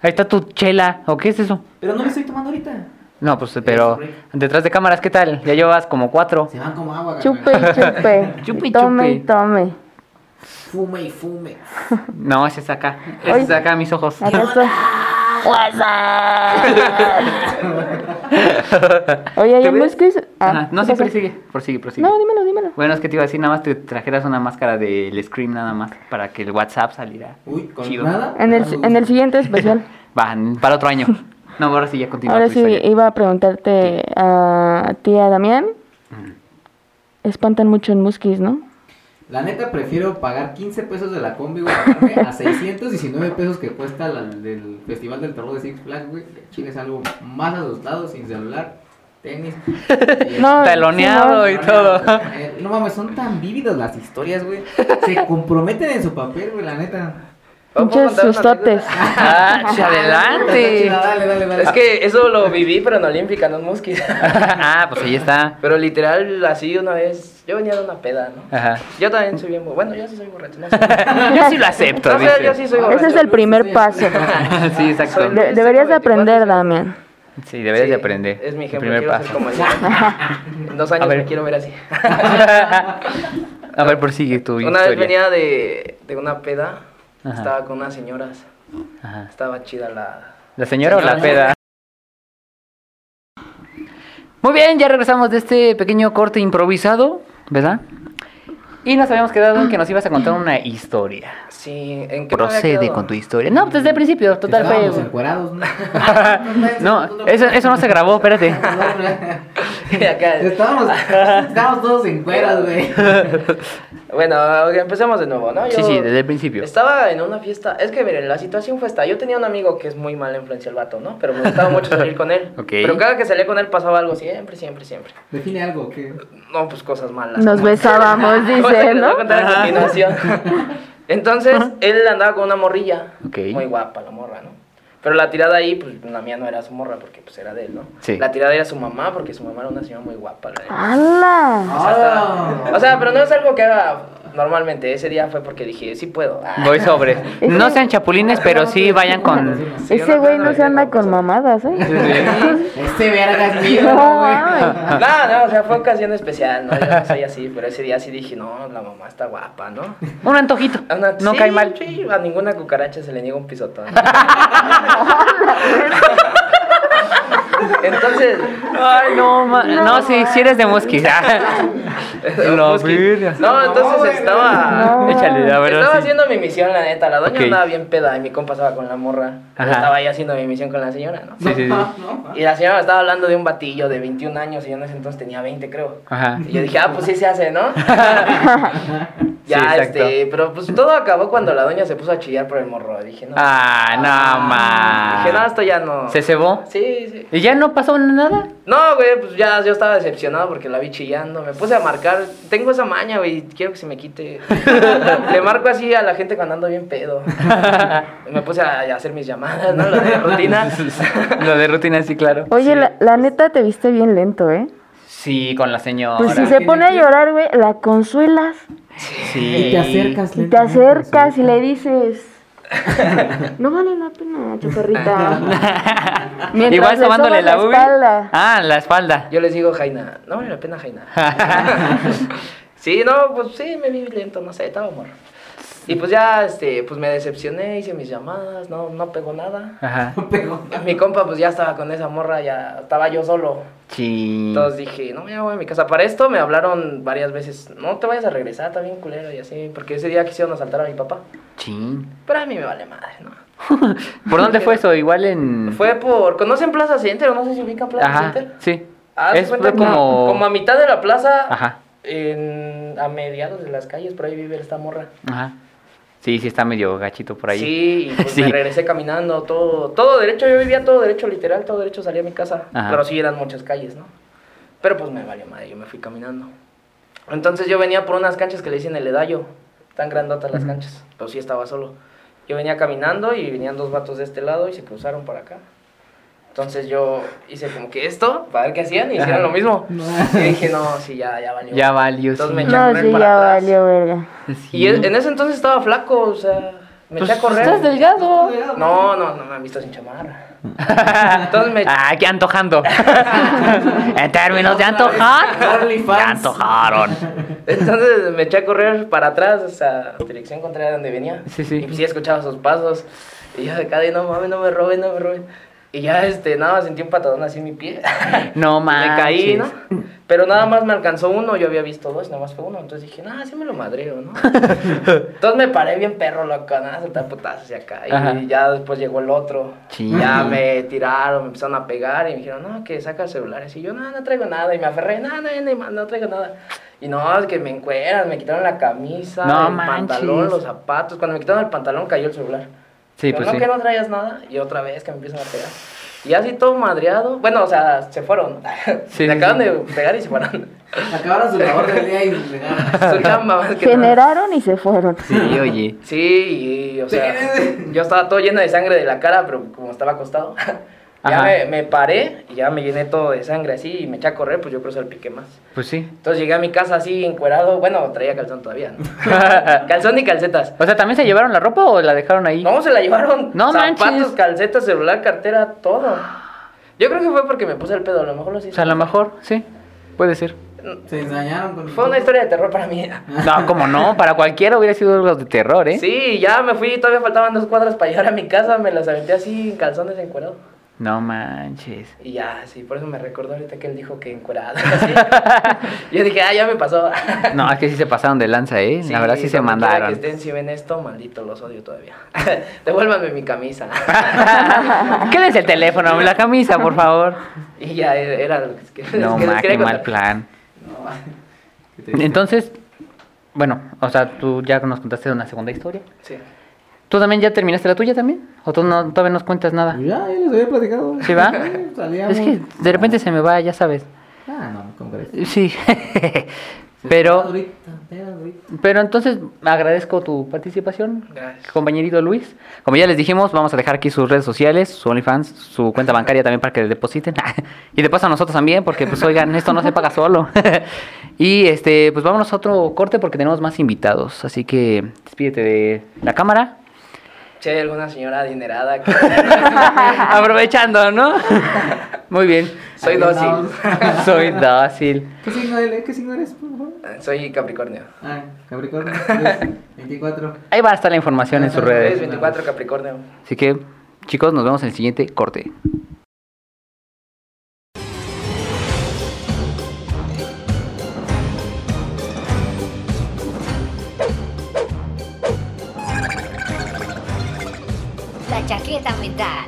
A: Ahí está tu chela. ¿O qué es eso?
D: Pero no me estoy tomando ahorita.
A: No, pues, pero detrás de cámaras, ¿qué tal? Ya llevas como cuatro.
D: Se van como agua,
C: Chupe
D: carnal.
C: y chupe.
A: Chupe y
C: tome
A: chupe.
C: y tome.
D: Fume y fume.
A: No, ese es acá. Ese
C: Ay. Ah,
A: es acá, mis ojos.
C: Acá estoy. Oye,
A: ¿Te
C: ya me
A: ves?
C: escribes.
A: Ajá, No, sí,
C: siempre
A: prosigue. Prosigue, prosigue.
C: Ah, No, dímelo, dímelo.
A: Bueno, es que te iba a decir, nada más te trajeras una máscara del Scream, nada más, para que el WhatsApp saliera.
D: Uy, con
A: Chido.
D: nada.
C: En el, en el siguiente especial.
A: Va, para otro año. No, ahora sí ya continúa
C: Ahora
A: tu
C: sí,
A: historia.
C: iba a preguntarte a ti, a Damián. Espantan mucho en muskis, ¿no?
D: La neta prefiero pagar 15 pesos de la combi, güey, bajarme a 619 pesos que cuesta la del Festival del Terror de Six Flags, güey. que Chile es algo más asustado, sin celular,
A: [laughs]
D: tenis. y-
C: No,
A: Taloneado
C: sí,
A: y todo.
D: Eh, No mames, son tan vívidas las historias, güey. Se comprometen en su papel, güey, la neta.
G: ¿Puedo
C: Pinches
G: contar una
C: sustotes.
G: anécdota?
A: Ah,
D: Está
A: adelante.
D: chida, Dale, dale, dale.
G: Es que eso lo viví, pero en Olímpica, no en Musquis.
A: ah, pues ahí está.
G: [laughs] Pero literal, así una vez, yo venía de una peda, ¿no? [laughs]
A: Ajá.
G: Yo también soy bien borracho. Bueno, yo sí soy borracho,
A: [laughs]
G: no sé.
A: Yo sí lo acepto.
G: No sé,
A: dice.
G: yo sí soy borracho.
C: Ese es el primer
A: [laughs]
C: paso.
A: sí, exacto.
G: Soy-
C: De- deberías de aprender, Damián.
A: Sí, deberías
G: Sí,
A: de aprender.
G: Es mi
A: El
G: ejemplo,
A: primer
G: quiero ser
A: paso.
G: como
A: [laughs]
G: él. En dos años
A: A ver.
G: me quiero ver así.
A: [laughs] A ver, prosigue tu
G: Una vez
A: historia.
G: venía de, de una peda,
A: Ajá.
G: estaba con unas señoras,
A: Ajá.
G: estaba chida la...
A: ¿La señora o la peda? Muy bien, ya regresamos de este pequeño corte improvisado, ¿verdad? Y nos habíamos quedado en que nos ibas a contar una historia.
G: Sí, ¿en qué me había
A: Procede
G: quedado?
A: con tu historia. No, pues desde el principio, total
D: Estábamos
A: fe.
D: encuerados,
A: [laughs]
D: ¿no?
A: No, eso, eso no se grabó, espérate.
G: Y [laughs] acá-
D: [laughs] Estábamos, estábamos todos encuerados, güey.
G: [laughs] Bueno, ok, empecemos de nuevo, ¿no?
A: Sí,
G: Yo
A: sí, desde el principio.
G: Estaba en una fiesta, es que miren, la situación fue esta. Yo tenía un amigo que es muy mala influencia el vato, ¿no? Pero me gustaba mucho salir con él.
A: Ok.
G: Pero cada que salía con él pasaba algo siempre, siempre, siempre.
D: Define algo, que
G: No, pues cosas malas.
C: Nos
G: [laughs]
C: besábamos,
G: Cosa que
C: dice,
G: les voy a
C: ¿no?
G: contar a
A: [laughs]
G: continuación. Entonces, él andaba con una morrilla.
A: Ok.
G: Muy guapa la morra, ¿no? Pero la tirada ahí, pues la mía no era su morra porque pues era de él, ¿no?
A: Sí.
G: La tirada era su mamá porque su mamá era una señora muy guapa. la
C: Ah,
G: neta.
C: ¡Hala!
G: O sea, estaba- o sea, pero no es algo que haga normalmente. Ese día fue porque dije, sí puedo. Ah. [laughs]
A: Voy sobre. No sean chapulines, pero sí vayan con...
G: Sí, yo
C: Ese
G: no
C: güey
G: creo
C: no
G: que
C: se anda
G: no,
C: con
G: pues,
C: mamadas, [laughs] ¿eh?
D: Este verga es mío,
C: No,
D: güey.
C: mames.
G: No, no, o sea, fue ocasión especial, ¿no? Yo no soy así, pero ese día sí dije, no, la mamá está guapa, ¿no?
A: Un antojito.
G: A una-
A: No
G: sí,
A: cae mal.
G: sí, a ninguna cucaracha se le niega
A: [laughs]
G: un pisotón. Entonces,
A: Ay, no, ma- no, sí, sí eres de
G: [laughs]
A: Ah. mosquita. La
G: Busqui-
A: verga.
G: No, entonces estaba.
C: No.
A: Ah, Échale, a ver.
G: Estaba
A: sí.
G: haciendo mi misión, la neta. La doña
A: Ok.
G: andaba bien peda y mi compa estaba con la morra. Yo
A: Ajá.
G: Estaba ahí haciendo mi misión con la señora, ¿no?
A: Sí,
D: [laughs]
A: sí, sí.
G: Y la señora me estaba hablando de un batillo de 21 años y yo en ese entonces tenía 20, creo.
A: Ajá.
G: Y yo dije, ah, pues sí se
A: [laughs]
G: hace, ¿no?
A: Sí,
G: ya,
A: exacto.
G: este, pero pues todo acabó cuando la doña se puso a chillar por el morro. Dije, no.
A: Ah, no, ma.
G: Dije, no, esto ya no.
A: Se cebó.
G: Sí, sí.
A: ¿Y ya no pasó nada?
G: No, güey, pues ya yo estaba decepcionado porque la vi chillando. Me puse a marcar. Tengo esa maña, güey, quiero que se me
A: [laughs]
G: quite. Le marco así a la gente cuando ando bien pedo. Me puse a, a hacer mis llamadas, ¿no? Lo
A: [laughs]
G: de rutina.
A: Lo de rutina, sí, claro.
C: Oye, la, la neta te viste bien lento, ¿eh?
A: Sí, con la señora.
C: Pues si se pone a llorar, güey, la consuelas
A: Sí.
D: Y te acercas,
C: y te acercas y le dices...
A: [laughs]
C: No vale la pena, chaparrita. Mientras
A: Igual
C: le
A: tomándole
C: sobas
A: la
C: la
A: ubi.
C: espalda.
A: Ah, la espalda.
G: Yo les digo, Jaina, no vale la pena, Jaina.
A: [laughs]
G: sí, no, pues sí, me vi lento, no sé, estaba morro. Y pues ya, este, pues me decepcioné, hice mis llamadas, no, no pegó nada. [laughs]
A: Ajá.
G: Mi compa, pues ya estaba con esa morra, ya estaba yo solo.
A: Sí.
G: Entonces dije, no, ya voy a mi casa. Para esto me hablaron varias veces, no te vayas a regresar, está bien culero y así, porque ese día quisieron asaltar a mi papá.
A: Chin.
G: Pero a mí me vale madre, ¿no?
A: ¿Por dónde fue eso? Igual en.
G: Fue por, ¿conocen Plaza Center? No sé si ubican Plaza
A: Mm. Ajá.
G: Center.
A: Sí.
G: Ah,
A: es
G: se cuenta
A: fue
G: que
A: como.
G: como a mitad de la plaza,
A: Ajá.
G: en- a mediados de las calles, por ahí vive esta morra.
A: Ajá. Sí, sí, está medio gachito por ahí.
G: Sí, y pues
A: [laughs] Sí.
G: me regresé caminando, todo, todo derecho, yo vivía todo derecho, literal, todo derecho salía a mi casa.
A: Ajá.
G: Pero sí eran muchas calles, ¿no? Pero pues me valió madre, yo me fui caminando. Entonces yo venía por unas canchas que le dicen el Edallo, tan grandotas las canchas, pero sí estaba solo. Yo venía caminando y venían dos vatos de este lado y se cruzaron para acá. Entonces yo hice como que esto, para ver qué hacían, y hicieron lo mismo.
A: [laughs]
G: Y dije, no, sí, ya, ya valió.
A: Ah, Ya valió.
G: Entonces
A: sí.
G: me eché a
C: No,
G: correr
C: sí,
G: para
C: ya
G: atrás.
C: valió, verga.
A: [laughs] Sí.
G: Y en en ese entonces estaba flaco, o sea, Me eché a correr.
C: Estás delgado.
G: No, no, no me han visto sin chamarra. Entonces me
A: Ah, que
G: [laughs]
A: antojando. en términos de antojar. Ya antojaron.
G: Entonces me eché a correr para atrás, o sea, dirección contraria a donde venía.
A: Sí, sí.
G: Y pues sí escuchaba sus pasos. Y yo de cada día, no mames, no me roben, no me roben. Y ya, este, nada más sentí un patadón así en mi pie.
A: No
G: me caí, ¿no?
A: manches.
G: Pero nada más me alcanzó uno, yo había visto dos, nada más fue uno. Entonces dije, nada, sí me lo
A: [laughs]
G: madreo, ¿no? Entonces me paré bien perro, loco, nada, soltar putazos hacia acá. Y
A: Ajá.
G: ya después llegó el otro.
A: Sí.
G: Y Ya me tiraron, me empezaron a pegar y me dijeron, no, que saca el celular. Y yo, no, no traigo nada. Y me aferré, no, no, no, no traigo nada. Y no, es que me encueran, me quitaron la camisa,
A: No
G: el
A: manches.
G: pantalón, los zapatos. Cuando me quitaron el pantalón cayó el celular.
A: Sí,
G: Pero
A: pues
G: no
A: sí.
G: que no traías nada y otra vez que me empiezan a pegar. Y así todo madreado. Bueno, o sea, se fueron. [laughs]
A: Sí,
G: me
A: sí,
G: acaban
A: sí.
G: de pegar y
A: [laughs]
G: se fueron.
D: Acabaron su labor del día y
G: [laughs]
D: regaron.
G: Su chamba, más que nada.
C: Generaron y se fueron.
A: Sí,
G: [laughs]
A: oye.
G: Sí, y, o sea, yo estaba todo lleno de sangre de la cara, pero como estaba acostado, [laughs]
A: Ajá.
G: ya me, me paré y ya me llené todo de sangre así y me eché a correr, pues yo creo que salpiqué más.
A: Pues sí.
G: Entonces llegué a mi casa así encuerado, bueno, traía calzón todavía,
A: [laughs]
G: ¿no? calzón y calcetas.
A: O sea, ¿también se llevaron la ropa o la dejaron ahí?
G: No, se la llevaron.
A: No
G: Zapatos,
A: manches.
G: calcetas, celular, cartera, todo. Yo creo que fue porque me puse el pedo, a lo mejor lo hice.
A: O sea, a lo mejor, sí. Puede ser.
D: Se ensañaron con
G: Fue una historia de terror para mí.
A: No, como no, para cualquiera hubiera sido algo de terror, ¿eh?
G: Sí, ya me fui, todavía faltaban dos cuadras para llegar a mi casa, me las aventé así en calzones encuerado.
A: No manches.
G: Y ya, sí, por eso me recordó ahorita que él dijo que encuerado. así.
A: [laughs]
G: Yo dije, ah, ya me pasó.
A: No, es que sí se pasaron de lanza, ¿eh?
G: Sí,
A: la verdad sí se
G: cuando quiera
A: mandaron. [laughs]
G: Que estén, si ven esto, maldito, los odio todavía. [laughs] Devuélvanme
A: [laughs]
G: mi camisa.
A: Quédese el teléfono, la camisa, por favor.
G: y ya eh, era lo que, [laughs] es que- es
A: No,
G: que les
A: ma,
G: quería
A: qué mal
G: contar.
A: plan.
D: Entonces.
A: Entonces, bueno, o sea, tú ya nos contaste una segunda historia.
G: Sí.
A: ¿Tú también ya terminaste la tuya también? ¿O tú no, todavía nos cuentas nada?
D: Ya, ya les había platicado.
A: ¿Sí va?
D: Salíamos.
A: Es que de repente se me va, ya sabes.
D: Ah, no, ¿cómo crees?
A: Sí. [laughs] Pero,
D: Ahorita, espera, ahorita.
A: pero entonces agradezco tu participación,
G: Gracias.
A: compañerito Luis. Como ya les dijimos, vamos a dejar aquí sus redes sociales, su OnlyFans, su cuenta bancaria también para que le depositen. [laughs] y de paso a nosotros también, porque pues oigan, esto no se paga solo. [laughs] y este, pues vámonos a otro corte porque tenemos más invitados. Así que despídete de la cámara. [laughs]
G: Si hay alguna señora adinerada que [laughs]
A: Aprovechando, ¿no? [laughs] Muy bien.
G: Soy
D: Ahí
G: dócil.
D: andamos.
A: Soy dócil.
D: ¿Qué signo, eres? ¿Qué signo eres, por favor?
G: Soy Capricornio.
D: Ah, Capricornio. Luis, 24.
A: Ahí va a estar la información en sus
H: Pues,
G: Es
A: redes.
G: 24 Capricornio.
A: Así que, chicos, nos vemos en el siguiente corte.
E: La chaqueta mental.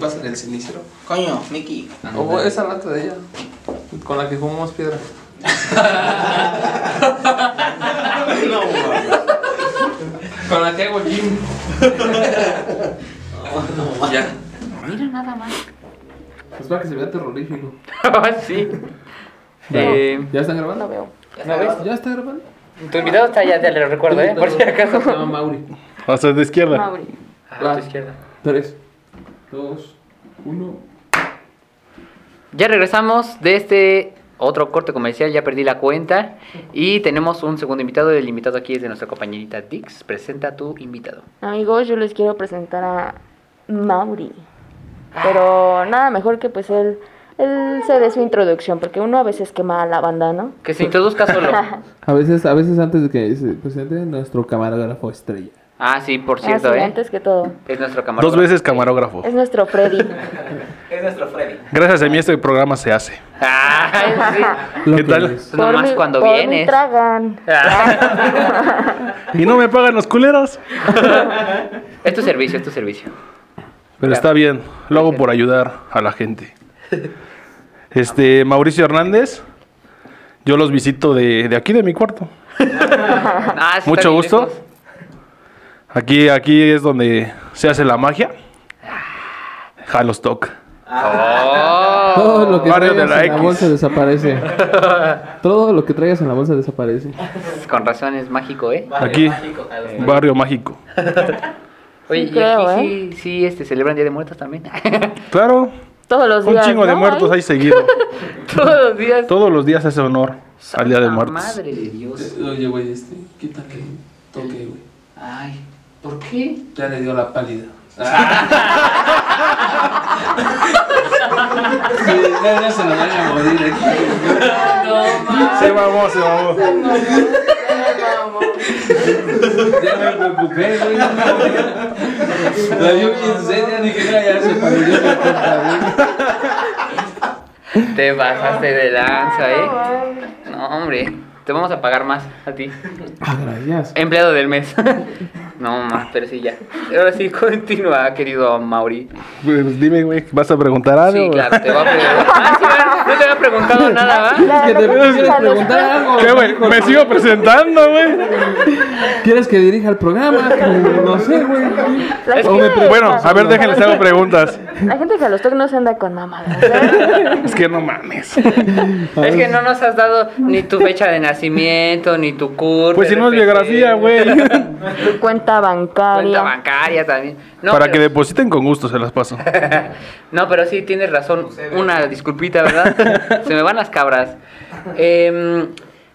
B: pasa en el Ah, sinistro?
D: Coño, Mickey.
B: O esa lata de ella, con la que fumamos piedra. Con la que hago gym. ya.
A: Mira nada más.
B: Es para Pues que se vea terrorífico.
A: sí. Eh,
B: ¿Ya están grabando?
C: No veo.
B: ¿Ya ves? ¿Ya está grabando?
A: tu invitado está ya, te lo recuerdo, ¿eh? Por si acaso. Ah,
B: Se llama Mauri.
H: O sea, de izquierda.
C: Mauri.
B: A tu izquierda. Tres, dos, uno.
A: Ya regresamos de este otro corte comercial, ya perdí la cuenta. Y tenemos un segundo invitado. El invitado aquí es de nuestra compañerita Dix. Presenta a tu invitado.
C: Amigos, yo les quiero presentar a Mauri.
A: Ah.
C: Pero nada mejor que pues él, él se dé su introducción, porque uno a veces quema a la banda, ¿no?
A: Que se introduzca
C: [laughs]
A: solo.
B: A veces, a veces antes de que se presente nuestro camarógrafo estrella.
A: Ah, sí, por cierto,
C: Así,
A: ¿eh?
C: Antes que todo,
A: Es nuestro camarógrafo.
H: Dos veces camarógrafo.
C: es
A: [laughs]
C: nuestro Freddy.
H: Gracias a mí este programa se hace.
C: [laughs]
A: Ah, sí.
H: ¿Qué tal?
A: [laughs] Pues nomás
C: mí-
A: cuando
C: por mí
A: vienes. Ah.
C: tragan.
H: Y no me pagan los culeros.
A: [laughs] Es tu servicio, es tu
C: [laughs]
A: servicio.
H: Pero está bien, lo hago por ayudar a la gente. Este, Mauricio Hernández, yo los visito de, de aquí, de mi cuarto.
A: Ah, sí, está
H: Mucho
A: bien
H: gusto.
A: lejos.
H: Aquí, aquí es donde se hace la magia. Halostock.
C: Ah.
A: Oh.
D: Todo lo que
H: Mario
D: traigas
H: de la
D: en la
H: X.
D: bolsa
H: [laughs]
D: desaparece. Todo lo que traigas en la bolsa desaparece.
A: Con razón es mágico, ¿eh?
H: Aquí, barrio mágico.
A: Oye, y
C: creo,
A: ¿eh? aquí sí, sí este, celebran Día de Muertos también. [laughs]
H: Claro,
C: todos los
H: Un
C: días.
H: chingo de
C: ¿no? ¿eh?
H: muertos ahí seguido.
G: Todos los días.
H: Todos los días hace honor al Día de
A: Santa
H: Muertos.
A: Madre de Dios.
B: Oye, güey, este, quítale. Toque, güey.
A: Ay, ¿por qué?
B: Ya le dio la pálida. [laughs] Sí, ya, ya se lo van a morir aquí.
H: Se mamó, se mamó.
B: Ya me preocupé, güey. La vio bien seria, dije, "No, ya se paró, ya me preocupé".
A: Te pasaste de lanza, ¿eh? No, hombre. Te vamos a pagar más a ti.
D: Gracias.
A: Empleado del mes. [laughs] No, más, pero sí, ya. Ahora sí, continúa, querido Mauri.
H: Pues dime, güey, ¿vas a preguntar algo?
A: Sí, claro, te voy a preguntar. Ah, sí, ¿verdad? no te había
H: [laughs]
A: preguntado nada, ¿va?
C: La-
B: Es que te
C: la-
B: veo,
C: la-
B: quieres preguntar algo.
H: ¿Qué, güey?
B: hijo?
H: Me sigo presentando, güey.
B: ¿Quieres que dirija el programa? [laughs] No sé, güey.
C: la-
A: Es
C: la-
A: que-
C: la-
H: Bueno, a ver, déjenles hago preguntas.
C: La gente que a los toques no se anda con mamadas.
H: [laughs]
C: ¿eh?
H: Es que no mames. Ah.
A: Es que no nos has dado ni tu fecha de nacimiento, ni tu curso.
H: Pues si no es biografía, güey.
A: [laughs]
C: Tu cuenta bancaria.
A: Cuenta bancaria también. No,
H: Para
A: pero-
H: que depositen con gusto, se las paso.
A: No, pero sí, tienes razón. Una disculpita, [laughs] ¿verdad? Se me van las cabras. Em,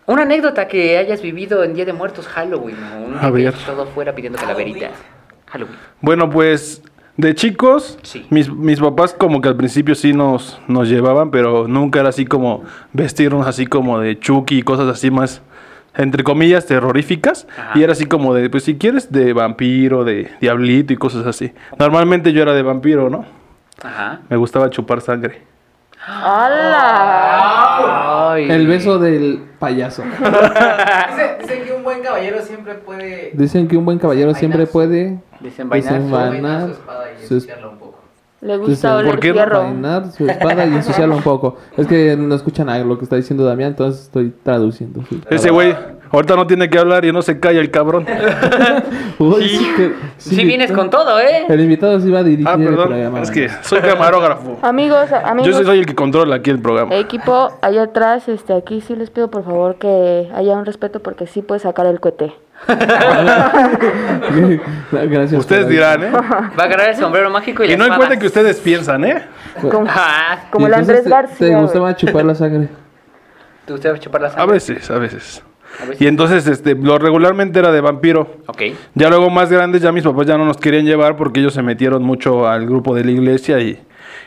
A: una anécdota que hayas vivido en Día de Muertos, Halloween. ¿no? Un
H: A ver.
A: Todo fuera pidiendo calaveritas. Halloween.
H: Bueno, pues de chicos,
A: Sí.
H: mis, mis papás como que al principio sí nos, nos llevaban, pero nunca era así como vestirnos así como de Chucky y cosas así más, entre comillas, terroríficas.
A: Ajá.
H: Y era así como de, pues si quieres, de vampiro, de diablito y cosas así. Normalmente yo era de vampiro, ¿no?
A: Ajá.
H: Me gustaba chupar sangre.
C: ¡Hala!
A: Ay.
B: El beso del payaso.
I: Ah.
D: [laughs] Dicen, dicen que un buen caballero siempre puede
B: Dicen que un buen caballero siempre
D: Bailar.
B: puede
A: Desenvainar.
B: Desenvain-
D: desenvainar
B: Vanar,
D: su espada y
B: su es-
D: ensuciarla un poco.
C: Le gusta
B: Entonces,
C: oler
H: Pues, ¿por qué no
C: fierro.
B: peinar su espada y ensuciarla un poco. Es que no escuchan a lo que está diciendo Damián, entonces estoy traduciendo. sí.
H: Ese güey, ahorita no tiene que hablar y no se calla el cabrón.
B: Uy, sí que-
A: Si
B: sí que-
A: vienes con todo, ¿eh?
B: El invitado se iba a dirigir
H: ah,
B: el
H: perdón,
B: programa.
H: es que soy camarógrafo.
C: Amigos, amigos.
H: Yo sí soy el que controla aquí el programa.
C: Equipo, allá atrás, este, aquí sí les pido por favor que haya un respeto porque sí puede sacar el cohete.
B: [laughs] Gracias.
H: Ustedes
B: por
H: dirán, ¿eh?
A: [laughs] Va a agarrar el sombrero mágico y las
H: Y no encuentren
A: fadas.
H: que ustedes piensan, ¿eh?
C: Como,
A: Ah,
C: como el
B: Entonces,
C: Andrés
B: te-
C: García.
B: Te
C: güey.
B: gustaba chupar la sangre.
A: ¿Te gusta chupar la
H: A
A: sangre?
H: veces, a veces.
A: A veces.
H: Y entonces, este, lo regularmente era de vampiro.
A: Ok.
H: Ya luego más grandes, ya mis papás ya no nos querían llevar porque ellos se metieron mucho al grupo de la iglesia y,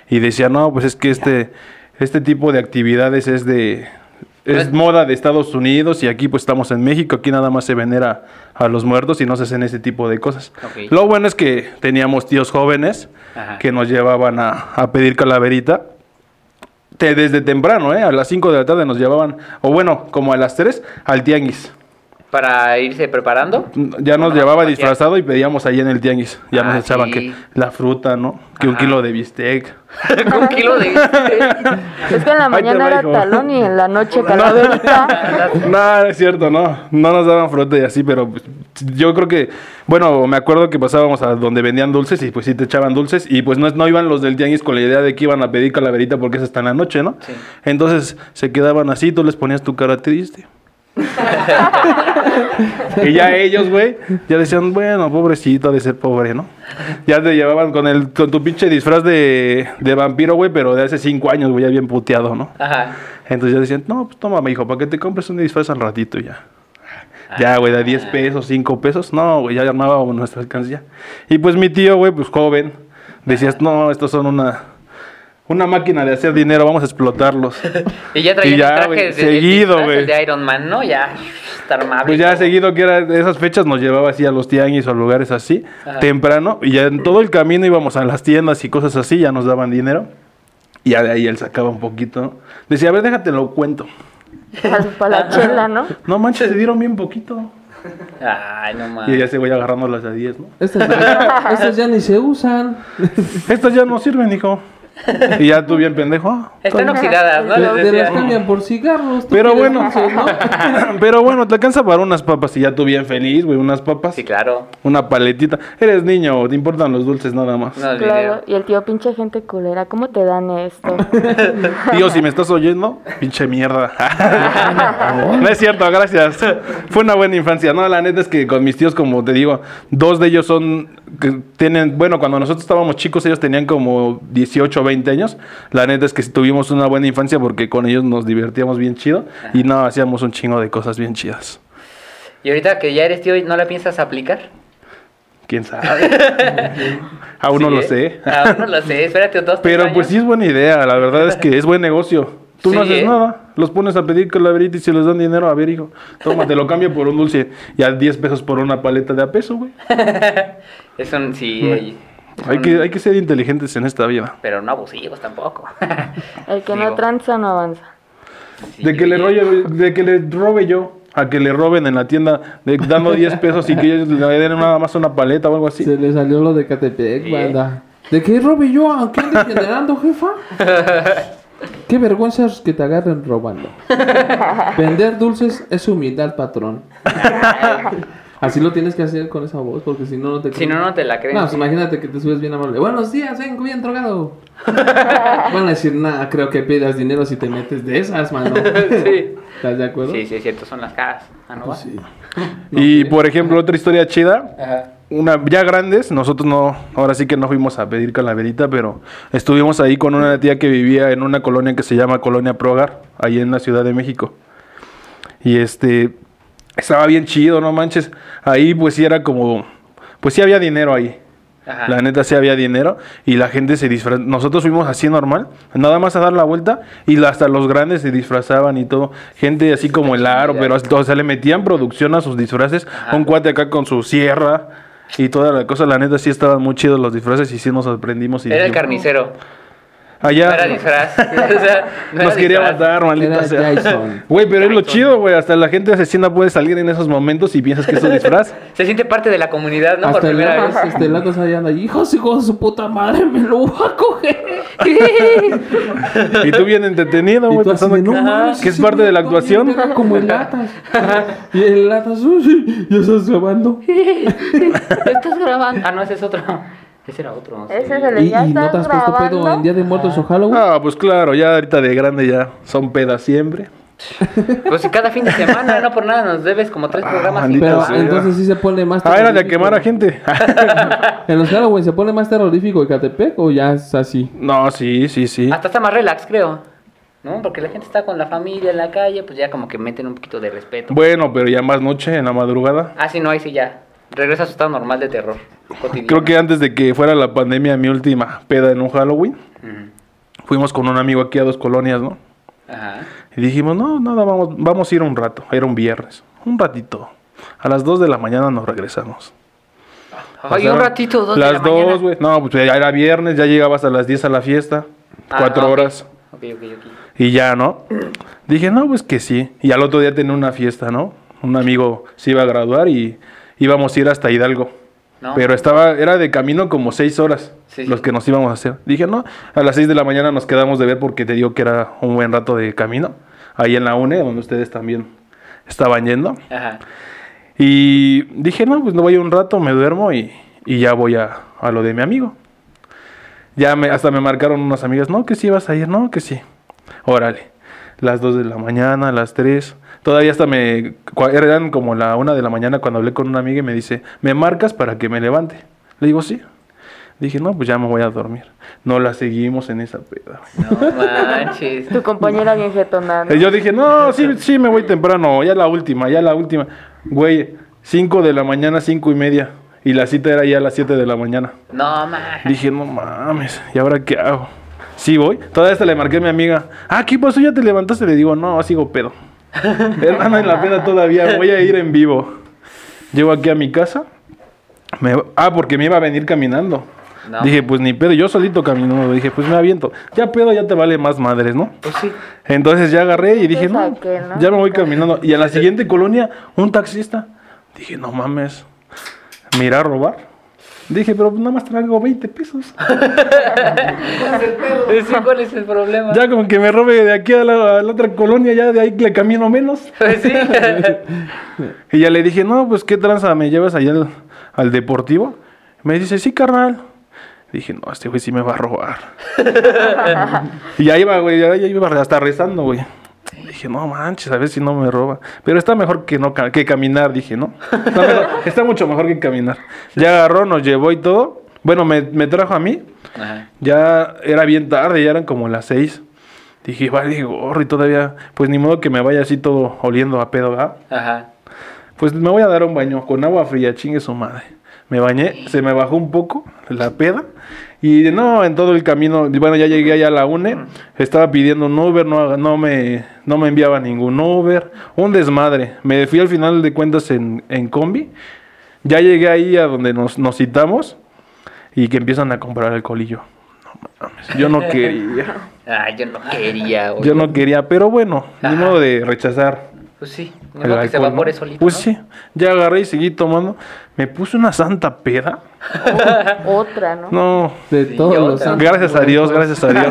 H: y decían, no, pues es que este, este tipo de actividades es de... Es
A: Pues-
H: moda de Estados Unidos y aquí pues estamos en México, aquí nada más se venera a los muertos y no se hacen ese tipo de cosas.
A: Ok.
H: Lo bueno es que teníamos tíos jóvenes
A: Ajá.
H: que nos llevaban a, a pedir calaverita. Te- desde temprano, ¿eh? A las 5 de la tarde nos llevaban, o bueno, como a las 3, al tianguis.
A: Para irse
H: [laughs]
A: preparando.
H: Ya nos
A: Ah,
H: llevaba
A: pasear.
H: disfrazado y pedíamos ahí en el tianguis. Ya
A: Ah,
H: nos echaban
A: sí.
H: que la fruta, ¿no? Que un
A: Ajá.
H: kilo de bistec.
A: con un kilo de...
C: Es que en la
H: Ahí te
C: mañana
H: va,
C: era
H: hijo.
C: talón y en la
H: [laughs]
C: noche calaverita.
H: no, no es cierto, no. No nos daban fruta y así, pero pues, yo creo que, bueno, me acuerdo que pasábamos a donde vendían dulces y pues sí te echaban dulces y pues no, no iban los del tianguis con la idea de que iban a pedir calaverita porque es hasta en la noche, ¿no?
A: Sí.
H: Entonces se quedaban así, tú les ponías tu cara triste. y ya ellos, güey, ya decían, bueno, pobrecito ha de ser pobre, ¿no? Ya te llevaban con el con tu pinche disfraz de, de vampiro, güey, pero de hace cinco años, güey, ya bien puteado, ¿no?
A: Ajá.
H: Entonces ya decían, no, pues toma, hijo, para que te compres un disfraz al ratito y ya.
A: Ah.
H: Ya, güey, de 10 pesos, 5 pesos. No, güey, ya armábamos nuestra alcancía. Y pues mi tío, güey, pues joven, decías, no, estos son una, una máquina de hacer dinero, vamos a explotarlos.
A: [laughs] Y ya traía
H: Y ya,
A: el traje
H: güey,
A: de- de,
H: seguido,
A: disfraz, el
H: güey.
A: de Iron Man, ¿no? Ya, está armable.
H: Pues ya
A: todo.
H: seguido que era de esas fechas nos llevaba así a los tianguis o a lugares así, temprano, y ya en todo el camino íbamos a las tiendas y cosas así, ya nos daban dinero. Y ya de ahí él sacaba un poquito, ¿no? Decía, a ver, déjate lo cuento.
C: [laughs] Para la chela, ¿no?
H: No manches, se dieron bien poquito.
A: Ay, no
H: Y
A: mames.
H: ya se voy agarrando las de 10, ¿no?
B: Estas, estas ya ni se usan.
H: Estas ya no sirven, hijo. Y ya tú bien pendejo. ah.
A: Están oxidadas, ¿no?
B: Te,
A: Les
B: te las
A: decía.
B: cambian por cigarros. tú
H: Pero
B: quieres
H: bueno,
B: dulces, ¿no?
H: [laughs] pero bueno, te alcanza para unas papas y ya tú bien feliz, güey, unas papas.
A: Sí, claro.
H: Una paletita. Eres niño, te importan los dulces nada más.
A: No, el
C: Claro.
A: video.
C: Y el tío, pinche gente culera, ¿cómo te dan
H: [laughs]
C: esto?
H: Tío, si me estás oyendo, pinche mierda. [laughs] no es cierto, gracias. Fue una buena infancia. No, la neta es que con mis tíos, como te digo, dos de ellos son. que tienen Bueno, cuando nosotros estábamos chicos, ellos tenían como 18 18, 20 años. La neta es que sí tuvimos una buena infancia porque con ellos nos divertíamos bien chido y no, hacíamos un chingo de cosas bien chidas.
A: Y ahorita que ya eres tío, ¿no la piensas aplicar?
H: ¿Quién
A: [laughs]
H: sabe? Aún no
A: Sí,
H: lo
A: ¿eh?
H: sé.
A: [laughs] Aún no lo sé, espérate dos tres
H: Pero pues sí
A: años.
H: es buena idea, la verdad es que es buen negocio. Tú no
A: Sí,
H: haces
A: ¿eh?
H: nada, los pones a pedir calaverita y se les dan dinero. A ver, hijo, toma, te lo cambio por un dulce y a 10 pesos por una paleta de a peso, güey.
A: Es un, sí, eh, es
H: Hay
A: un-
H: que, hay que ser inteligentes en esta vida.
A: Pero no abusivos tampoco. [laughs]
C: El que
A: Digo,
C: no tranza no avanza.
A: sí,
H: de, que le
A: eh,
H: robe, de que le robe yo a que le roben en la tienda de, dando 10 pesos y que ellos le den nada más una paleta o algo así.
I: Se le salió lo de Catepec,
A: Sí.
I: banda. ¿De qué robe yo? ¿A qué ande generando,
D: [laughs]
I: jefa? Qué vergüenza es que te agarren
D: [laughs]
I: robando. Vender dulces es humildad,
D: [laughs]
I: patrón. Así lo tienes que hacer con esa voz, porque si no, no te
A: Si no, no te la creen.
I: No, pues imagínate que te subes bien amable. [laughs] Buenos días, vengo bien drogado. Van a decir, nada, creo que pidas dinero si te metes de esas, mano.
A: Sí.
I: ¿Estás de acuerdo?
A: Sí, sí, es cierto, son las caras. Ah, no va.
I: Pues sí.
H: Y por ejemplo, otra historia chida,
A: Ajá.
H: una ya grandes, nosotros no, ahora sí que no fuimos a pedir calaverita, pero estuvimos ahí con una tía que vivía en una colonia que se llama Colonia Progar, ahí en la Ciudad de México. Y este estaba bien chido, no manches. Ahí pues sí era como pues sí había dinero ahí.
A: Ajá.
H: La neta sí había dinero y la gente se disfrazaba. Nosotros fuimos así normal, nada más a dar la vuelta y la- hasta los grandes se disfrazaban y todo. Gente así como el aro, pero hasta- o sea, le metían producción a sus disfraces. Un cuate acá con su sierra y toda la cosa. La neta sí estaban muy chidos los disfraces y sí nos sorprendimos. Y
A: Era el
H: dijimos,
A: carnicero. No
H: Allá
A: era
H: [laughs]
A: disfraz. [laughs] O sea, no
H: nos
A: era
H: quería
A: disfraz.
H: matar, maldita
I: Era
H: sea.
I: Jason.
H: [laughs] Güey, pero es lo chido, güey. Hasta la gente asesina puede salir en esos momentos y piensas
I: [laughs]
H: que es un disfraz.
A: Se siente parte de la comunidad, ¿no? Por
I: Hasta el
A: primera
I: lado,
A: vez.
I: hasta el lado allá anda, hijos, hijos de su puta madre, me lo voy a coger.
H: Y tú bien entretenido,
I: Y
H: güey,
I: tú así
H: pensando
I: de, "No
H: que-
I: mames,
H: que es
I: ese
H: parte de la
I: güey está bien
H: actuación.
I: verga Como el latas. Y el latas, uy, ya estás grabando.
A: Estás grabando. Ah, no, ese es otro. [laughs] Ese era otro. no sé.
C: Ese es el
I: Y,
C: de ya
I: y no
C: estás
I: te has puesto pedo en
C: grabando.
I: Día de Muertos o Halloween.
H: Ah, pues claro, ya ahorita de grande ya son pedas siempre.
A: Pues cada fin de semana, no por nada, nos debes como tres programas. sin
H: Ah, maldita
I: Pero
A: grabar.
H: sea.
I: entonces sí se pone más
H: Ah, era de a
I: terrorífico.
H: quemar a gente. [laughs]
I: ¿En los Halloween se pone más terrorífico Catepec o ya es así?
H: no, sí, sí, sí.
A: Hasta está más relax, creo. ¿No? Porque la gente está con la familia en la calle, pues ya como que meten un poquito de respeto.
H: Bueno, pero ya más noche, en la madrugada.
A: Ah, sí, no, ahí sí ya. Regresa a su estado normal de terror. cotidiano.
H: Creo que antes de que fuera la pandemia, mi última peda en un Halloween,
A: Ujú.
H: fuimos con un amigo aquí a dos colonias, ¿no?
A: Ajá.
H: Y dijimos, no, nada, vamos, vamos a ir un rato. Era un viernes, un ratito. A las 2 de la mañana nos regresamos.
A: Ay, un
H: Pasaron
A: ratito, dos de
H: Las
A: la mañana.
H: dos, güey. No, pues ya era viernes, ya llegabas a las 10 a la fiesta.
A: Ah,
H: cuatro
A: ok.
H: horas.
A: Ok, ok, ok.
H: Y ya, ¿no? Dije, no, pues que sí. Y al otro día tenía una fiesta, ¿no? Un amigo se iba a graduar y íbamos a ir hasta Hidalgo.
A: No.
H: Pero estaba, era de camino como seis horas
A: Sí,
H: los
A: sí.
H: que nos íbamos a hacer. Dije, no, a las seis de la mañana nos quedamos de ver porque te digo que era un buen rato de camino. Ahí en la UNE, donde ustedes también estaban yendo.
A: Ajá.
H: Y dije, no, pues no voy un rato, me duermo y, y ya voy a, a lo de mi amigo. Ya me, hasta me marcaron unas amigas, no, que sí vas a ir, no, que sí. Órale, las 2 de la mañana, las 3. Todavía hasta me. cua- Eran como la 1 de la mañana cuando hablé con una amiga y me dice, ¿me marcas para que me levante? Le digo, sí. Dije, no, pues ya me voy a dormir. No la seguimos en esa peda.
A: No manches.
C: Tu compañera bien jetona. ¿no?
H: Y Yo dije, no, sí, sí, me voy temprano, ya la última, ya la última. Güey, 5 de la mañana, 5 y media. Y la cita era ya a las 7 de la mañana.
A: No manches.
H: Dije, no mames, ¿y ahora qué hago? Sí, voy. Todavía hasta le marqué a mi amiga, ah, ¿qué pasó? ¿Ya te levantaste? Le digo, no, sigo pedo. Ando en la peda todavía, voy a ir en vivo. Llego aquí a mi casa. me- ah, porque me iba a venir caminando.
A: No.
H: Dije, pues ni pedo, yo solito caminando. Dije, pues me aviento. Ya pedo, ya te vale más madres, ¿no?
A: Pues sí.
H: Entonces ya agarré y dije, no,
C: saqué, ¿no?
H: ya me voy caminando. Y
A: [laughs]
H: a la siguiente colonia, un taxista. Dije, no mames, ¿me irá a robar? Dije, pero nada más traigo 20 pesos.
A: Sí, ¿Cuál es el problema?
H: Ya como que me robe de aquí a la, a la otra colonia, ya de ahí le camino menos.
A: Pues sí.
H: [laughs] Y ya le dije, no, pues qué tranza, ¿me llevas allá al, al deportivo? Me dice, sí, carnal. Dije, no, este güey sí me va
A: [laughs]
H: a robar. y ya iba, güey, ya, ya iba hasta rezando, güey. Dije, no manches, a ver si no me roba. Pero está mejor que no ca- que caminar, dije, ¿no? Está, mejor- está mucho mejor que caminar. Ya agarró, nos llevó y todo. Bueno, me, me trajo a mí.
A: Ajá.
H: Ya era bien tarde, ya eran como las seis. Dije, vale, gorro, y todavía, pues ni modo que me vaya así todo oliendo a pedo, ¿verdad?
A: Ajá.
H: Pues me voy a dar un baño con agua fría, chingue su madre. Me bañé, se me bajó un poco la peda. Y no, en todo el camino, bueno, ya llegué allá a la UNE, estaba pidiendo un Uber, no, no, me, no me enviaba ningún Uber, un desmadre. Me fui al final de cuentas en, en combi, ya llegué ahí a donde nos, nos citamos y que empiezan a comprar el colillo. No mames, yo no quería,
A: Ay, Ah, yo no quería, güey.
H: yo no quería, pero bueno, ni
A: Ajá.
H: modo de rechazar.
A: Pues sí,
H: El
A: mejor que se
H: alcohol, ¿no?
A: evapore solito.
H: Pues
A: ¿no?
H: sí, ya agarré y seguí tomando. Me puse una santa peda.
C: Otra, ¿no?
H: No,
I: De
A: Sí,
I: todos
A: yo
I: los
A: también.
H: gracias a Dios, gracias a Dios.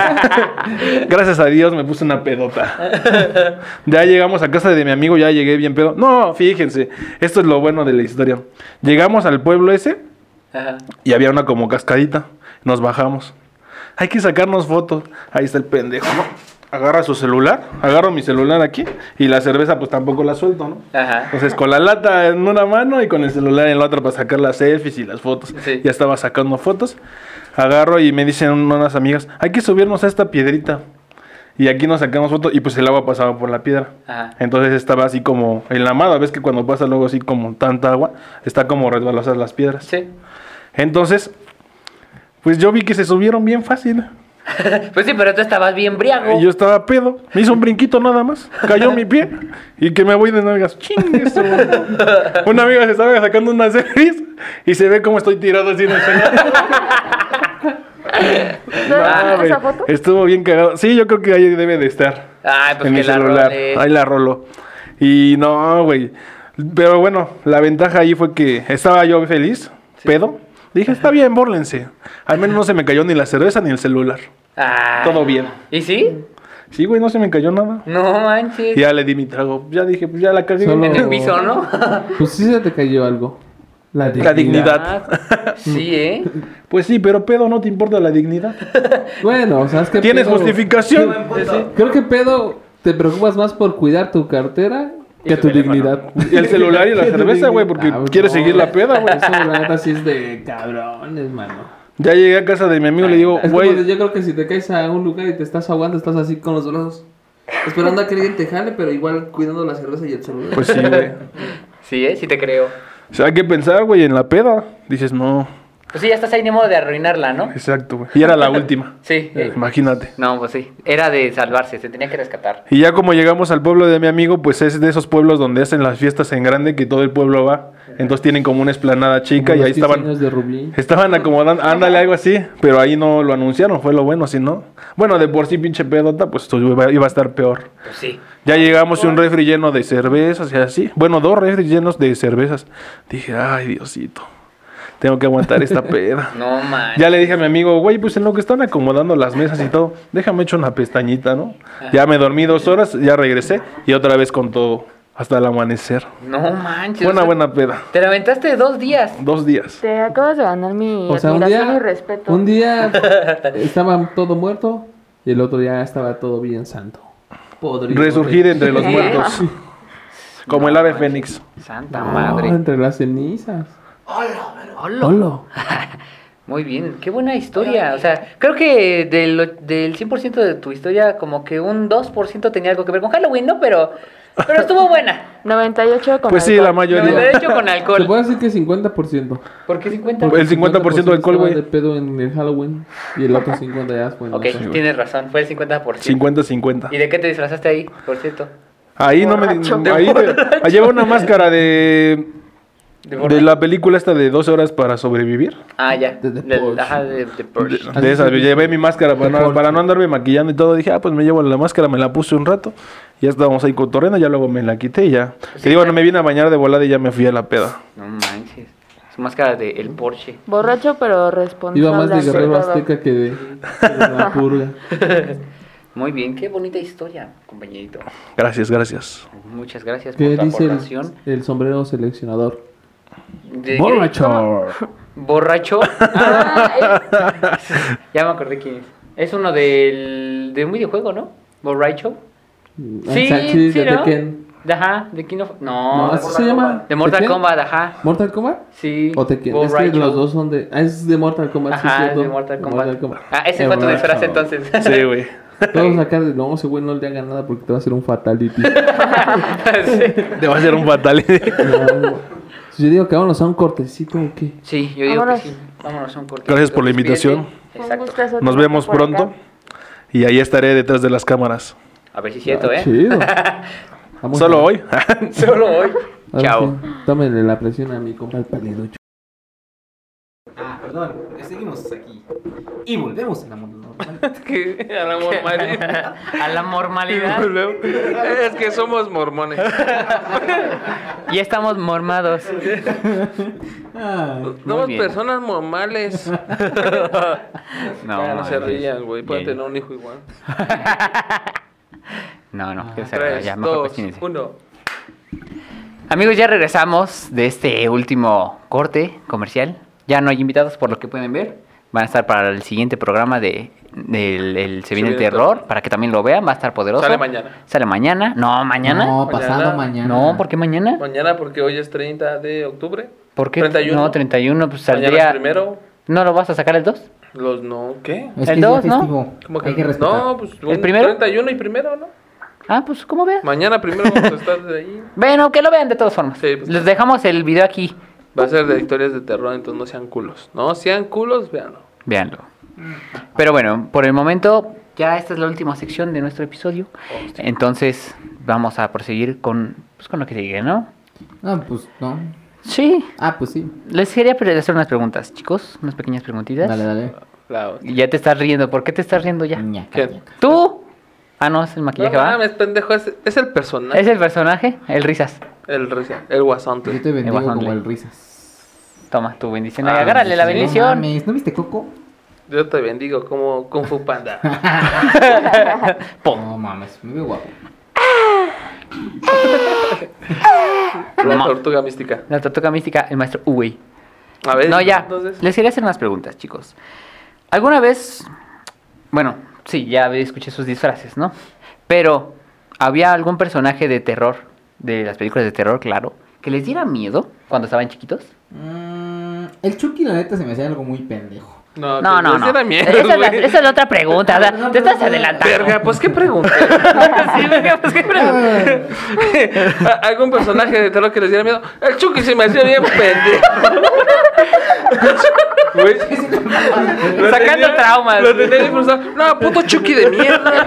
A: [laughs]
H: gracias a Dios me puse una pedota. ya llegamos a casa de mi amigo, ya llegué bien pedo. No, fíjense, esto es lo bueno de la historia. Llegamos al pueblo ese
A: Ajá.
H: y había una como cascadita. Nos bajamos. Hay que sacarnos fotos. Ahí está el pendejo, ¿no? Agarra su celular, agarro mi celular aquí y la cerveza pues tampoco la suelto, ¿no?
A: Ajá.
H: Entonces, con la lata en una mano y con el celular en la otra para sacar las selfies y las fotos.
A: Sí.
H: Ya estaba sacando fotos. Agarro y me dicen unas amigas, hay que subirnos a esta piedrita. Y aquí nos sacamos fotos y pues el agua pasaba por la piedra.
A: Ajá.
H: Entonces estaba así como enlamada. Ves que cuando pasa luego así como tanta agua, está como resbalosas las piedras.
A: Sí.
H: Entonces, pues yo vi que se subieron bien fácil.
A: Pues sí, pero tú estabas bien briago.
H: Y Yo estaba pedo, me hizo un brinquito nada más, cayó mi pie y que me voy de nalgas. ¡Ching! eso! Una amiga se estaba sacando una selfies y se ve cómo estoy tirado así en el suelo.
C: [laughs] ¿No
H: Ah,
C: viste
H: güey,
C: esa foto?
H: Estuvo bien cagado. Sí, yo creo que ahí debe de estar.
A: Ay, pues
H: en
A: que
H: mi
A: la
H: celular.
A: roles.
H: Ahí la rolo. Y no, güey. Pero bueno, la ventaja ahí fue que estaba yo feliz, pedo. Dije, está bien, bórlense. Al menos no se me cayó ni la cerveza ni el celular.
A: Ay.
H: Todo bien.
A: ¿Y sí?
H: Sí, güey, no se me cayó nada.
A: No manches.
H: Ya le di mi trago. Ya dije, pues ya la cagué.
I: Solo-
A: En el piso,
H: [laughs]
A: ¿no?
I: Pues sí se te cayó algo. La dignidad.
H: La dignidad.
A: sí, ¿eh?
H: Pues sí, pero pedo, no te importa
I: [laughs]
H: la dignidad.
I: Bueno, o sea, es que.
H: Tienes
I: pedo-
H: justificación.
I: Creo que pedo, te preocupas más por cuidar tu cartera que tu dignidad.
H: Y el celular y
I: [laughs]
H: la
I: Que tu
H: cerveza, güey,
I: dignidad.
H: porque
I: Ah, güey,
H: quieres
I: no,
H: seguir la peda, güey.
I: [laughs] Eso, la neta, sí es de cabrones, mano.
H: Ya llegué a casa de mi amigo y le digo,
I: Es como de-
H: güey,
I: yo creo que si te caes a un lugar y te estás ahogando, estás así con los brazos. Esperando a que alguien te jale, pero igual cuidando la cerveza y el celular.
H: pues sí, güey.
A: Sí, ¿eh? Sí te creo.
H: O sea, hay que pensar, güey, en la peda. Dices, no,
A: Pues sí, ya estás ahí ni modo de arruinarla, ¿no?
H: exacto, güey. Y era la última.
A: Sí. eh.
H: Imagínate.
A: No, pues sí. Era de salvarse, se tenía que rescatar.
H: Y ya como llegamos al pueblo de mi amigo, pues es de esos pueblos donde hacen las fiestas en grande que todo el pueblo va. Entonces tienen como una esplanada chica y ahí estaban
I: Años de Rubí.
H: Estaban acomodando, ándale, algo así, pero ahí no lo anunciaron, fue lo bueno, si no. Bueno, de por sí pinche pedota, pues tú iba, iba a estar peor.
A: Pues sí.
H: Ya llegamos y un refri lleno de cervezas y así. Bueno, dos refri llenos de cervezas. Dije, ay, Diosito, tengo que aguantar esta
G: [laughs]
H: peda.
A: No manches.
H: Ya le dije a mi amigo, güey, pues en lo que están acomodando las mesas y todo, déjame echar una pestañita, ¿no? Ya me dormí dos horas, ya regresé y otra vez con todo, hasta el amanecer.
A: No manches. o
H: Buena,
A: sea,
H: buena peda.
A: Te lamentaste dos días.
H: Dos días.
C: Te acabas de ganar mi
I: O sea, un
C: Pues, admiración
I: día,
C: y respeto.
I: un día estaba todo muerto y el otro día estaba todo bien santo. Podrido.
H: Resurgir entre los
A: ¿Eh?
H: muertos. Como el ave fénix.
A: Santa
I: No,
A: madre.
I: entre las cenizas.
A: Hola.
I: Hola.
A: Muy bien, qué buena historia. O sea, creo que del, och- del 100% de tu historia, como que un 2% tenía algo que ver con Halloween, ¿no? Pero, pero estuvo buena.
C: 98 con
H: Pues sí,
C: alcohol.
H: la
A: Lo
H: mayoría.
A: hubiera hecho con
I: Te
A: alcohol.
I: puedo decir que 50%.
A: ¿Por qué 50?
H: El 50% de alcohol,
I: estaba de
H: güey.
I: pedo en el Halloween y el otro 50 ya fue en la
A: Ok,
I: noche.
A: tienes razón, fue el 50%.
H: 50-50.
A: ¿Y de qué te disfrazaste ahí, por cierto?
H: Ahí no me. Ahí te- ahí lleva una máscara de.
A: De
H: De
A: borracho.
H: la película esta de 12 horas para sobrevivir.
A: Ah, ya.
I: De The
A: Del-
I: Purge.
A: ajá, de, de
H: De,
A: Purge.
I: Ah,
H: de esa, yo llevé mi máscara para no,
I: Porque-
H: para no andarme maquillando y todo. Dije, ah, pues me llevo la máscara, me la puse un rato. Ya estábamos ahí cotorreando, ya luego me la quité y ya. Que digo, no me vine a bañar de volada y ya me fui a la peda.
A: No manches. Su máscara de El Porsche.
C: Borracho, pero responsable.
I: Iba más de
C: ante
I: Guerrero
C: todo.
I: Azteca que de, que de la purga.
A: Muy bien, qué bonita historia, compañerito.
H: Gracias, gracias.
A: Muchas gracias por
I: ¿Qué
A: tu
I: dice el,
A: aportación.
I: el sombrero seleccionador?
A: ¿De qué?
H: Borracho.
I: [laughs]
A: ¿Borracho? [laughs]
C: Ah, es-
A: Ya me acordé quién es. Es uno del, de un videojuego, ¿no? Borracho.
I: Mm,
A: Sí,
I: Sachi
A: sí,
I: de
A: ¿no?
I: Tekken.
A: Ajá, de King of... No,
I: No, así se llama.
A: de Mortal
I: ¿De qué?
A: Kombat, ajá.
I: ¿Mortal Kombat?
A: Sí.
I: O Tekken.
A: Go
I: Es que
A: Raichu.
I: los dos son de. Ah, es de Mortal Kombat. sí,
A: Ajá,
I: cierto.
A: de Mortal Kombat. Ah, ese fue tu
I: Error.
A: disfraz entonces. [laughs]
H: Sí, güey.
I: Todos acá de. No, ese güey no le haga nada porque te va a hacer un fatality. [laughs]
A: sí.
H: Te va a hacer un fatal.
I: No, si yo digo que vámonos a un cortecito o qué.
A: [laughs] Sí, yo digo
C: Vámonos.
A: que sí. Vámonos a un corte.
H: [laughs] Gracias por la invitación.
C: Fue un
A: Exacto.
C: gustazo
H: Nos
C: tenerte
H: vemos
C: por acá.
H: pronto. Y ahí estaré detrás de las cámaras.
A: A ver si es cierto,
I: Ah,
A: ¿eh?
I: Chido. Vamos
H: Solo
I: a-
H: hoy.
A: [laughs]
H: Ah.
A: Solo hoy.
I: a ver
A: Chao.
I: si- Tómenle la presión a mi compa el
B: [laughs]
I: paliducho.
D: Ah, perdón, seguimos aquí. Y volvemos al mundo normal.
B: Que a la normalidad.
A: A la normalidad.
B: es que somos mormones.
A: Y estamos mormados. Muy
B: Somos
A: bien.
B: personas normales.
A: [laughs] No,
B: Ya no se
A: no,
B: rían, güey. Pueden
A: bien.
B: tener un hijo igual.
A: No, no, que se
B: Ah, Tres,
A: ya mejor
B: dos,
A: cuestiones.
B: uno.
A: Amigos, ya regresamos de este último corte comercial. Ya no hay invitados por lo que pueden ver. Van a estar para el siguiente programa de del el Se viene el terror, para que también lo vean, va a estar poderoso.
B: Sale mañana.
A: Sale mañana. No, mañana.
D: No, pasado
B: Mañana.
D: mañana.
A: No, ¿por qué mañana?
B: Mañana, porque hoy es 30 de octubre.
A: ¿Por qué?
B: 31.
A: No, 31 pues
B: Mañana es
A: saldría
B: primero.
A: ¿No lo vas a sacar el 2?
B: Los no, ¿qué?
D: Es
A: El
D: que es día
A: dos, ¿no?
D: festivo.
B: ¿Cómo
D: Hay que respetar.
B: no, pues un
A: primero?
B: 31 y primero, ¿no?
A: Ah, pues como vean.
B: Mañana primero vamos a estar de ahí.
A: Bueno, que lo vean de todas formas.
B: Sí, pues.
A: Les dejamos el video aquí.
B: Va a ser de historias de terror, entonces no sean culos. No sean culos, véanlo.
A: Véanlo. Pero bueno, por el momento ya esta es la última sección de nuestro episodio. Entonces vamos a proseguir con, pues, con lo que sigue, ¿no?
D: Ah, pues no.
A: Sí.
D: Ah, pues sí.
A: Les quería pre- hacer unas preguntas, chicos. Unas pequeñas preguntitas.
D: Dale, dale.
B: La otra.
A: Ya te estás riendo. ¿Por qué te estás riendo ya?
D: Ñaca,
B: ¿Quién?
D: ñaca.
A: ¿Tú? Ah, no, es el
B: No
A: maquillaje, ¿va?
B: mames, pendejo, es, es el personaje.
A: Es el personaje, el risas.
B: El, reci- el guasón.
D: Yo te bendigo
A: Guasón
D: como
A: Ley.
D: el risas.
A: Toma tu bendición.
B: Ah,
A: Agárrale la
D: No
A: bendición.
D: mames, ¿No viste Coco?
B: Yo te bendigo como Kung Fu
A: [laughs]
B: Panda.
D: No mames, me veo guapo.
B: La
A: Ma-
B: tortuga mística.
A: La tortuga mística, el maestro Uwey.
B: A ver,
A: No, ya.
B: Entonces,
A: Les quería hacer unas preguntas, chicos. ¿Alguna vez, bueno, sí, ya escuché sus disfraces, ¿no? Pero, ¿había algún personaje de terror, de las películas de terror, claro, que les diera miedo cuando estaban chiquitos?
D: Mm, el Chucky, la neta, se me hacía algo muy pendejo.
B: no,
A: No, no, no.
B: Era mierda,
A: esa, es la,
B: güey.
A: esa es la otra pregunta.
B: [laughs]
A: o sea, te estás adelantando.
B: Verga, pues qué pregunta.
A: Sí, verga, pues, ¿qué pregunta? Ah.
B: ¿A- ¿Algún personaje de terror que les diera miedo? El Chucky se me hacía bien pendejo. Güey. Lo
A: Sacando traumas.
B: Lo tenía disfrazado. No, puto Chucky de mierda.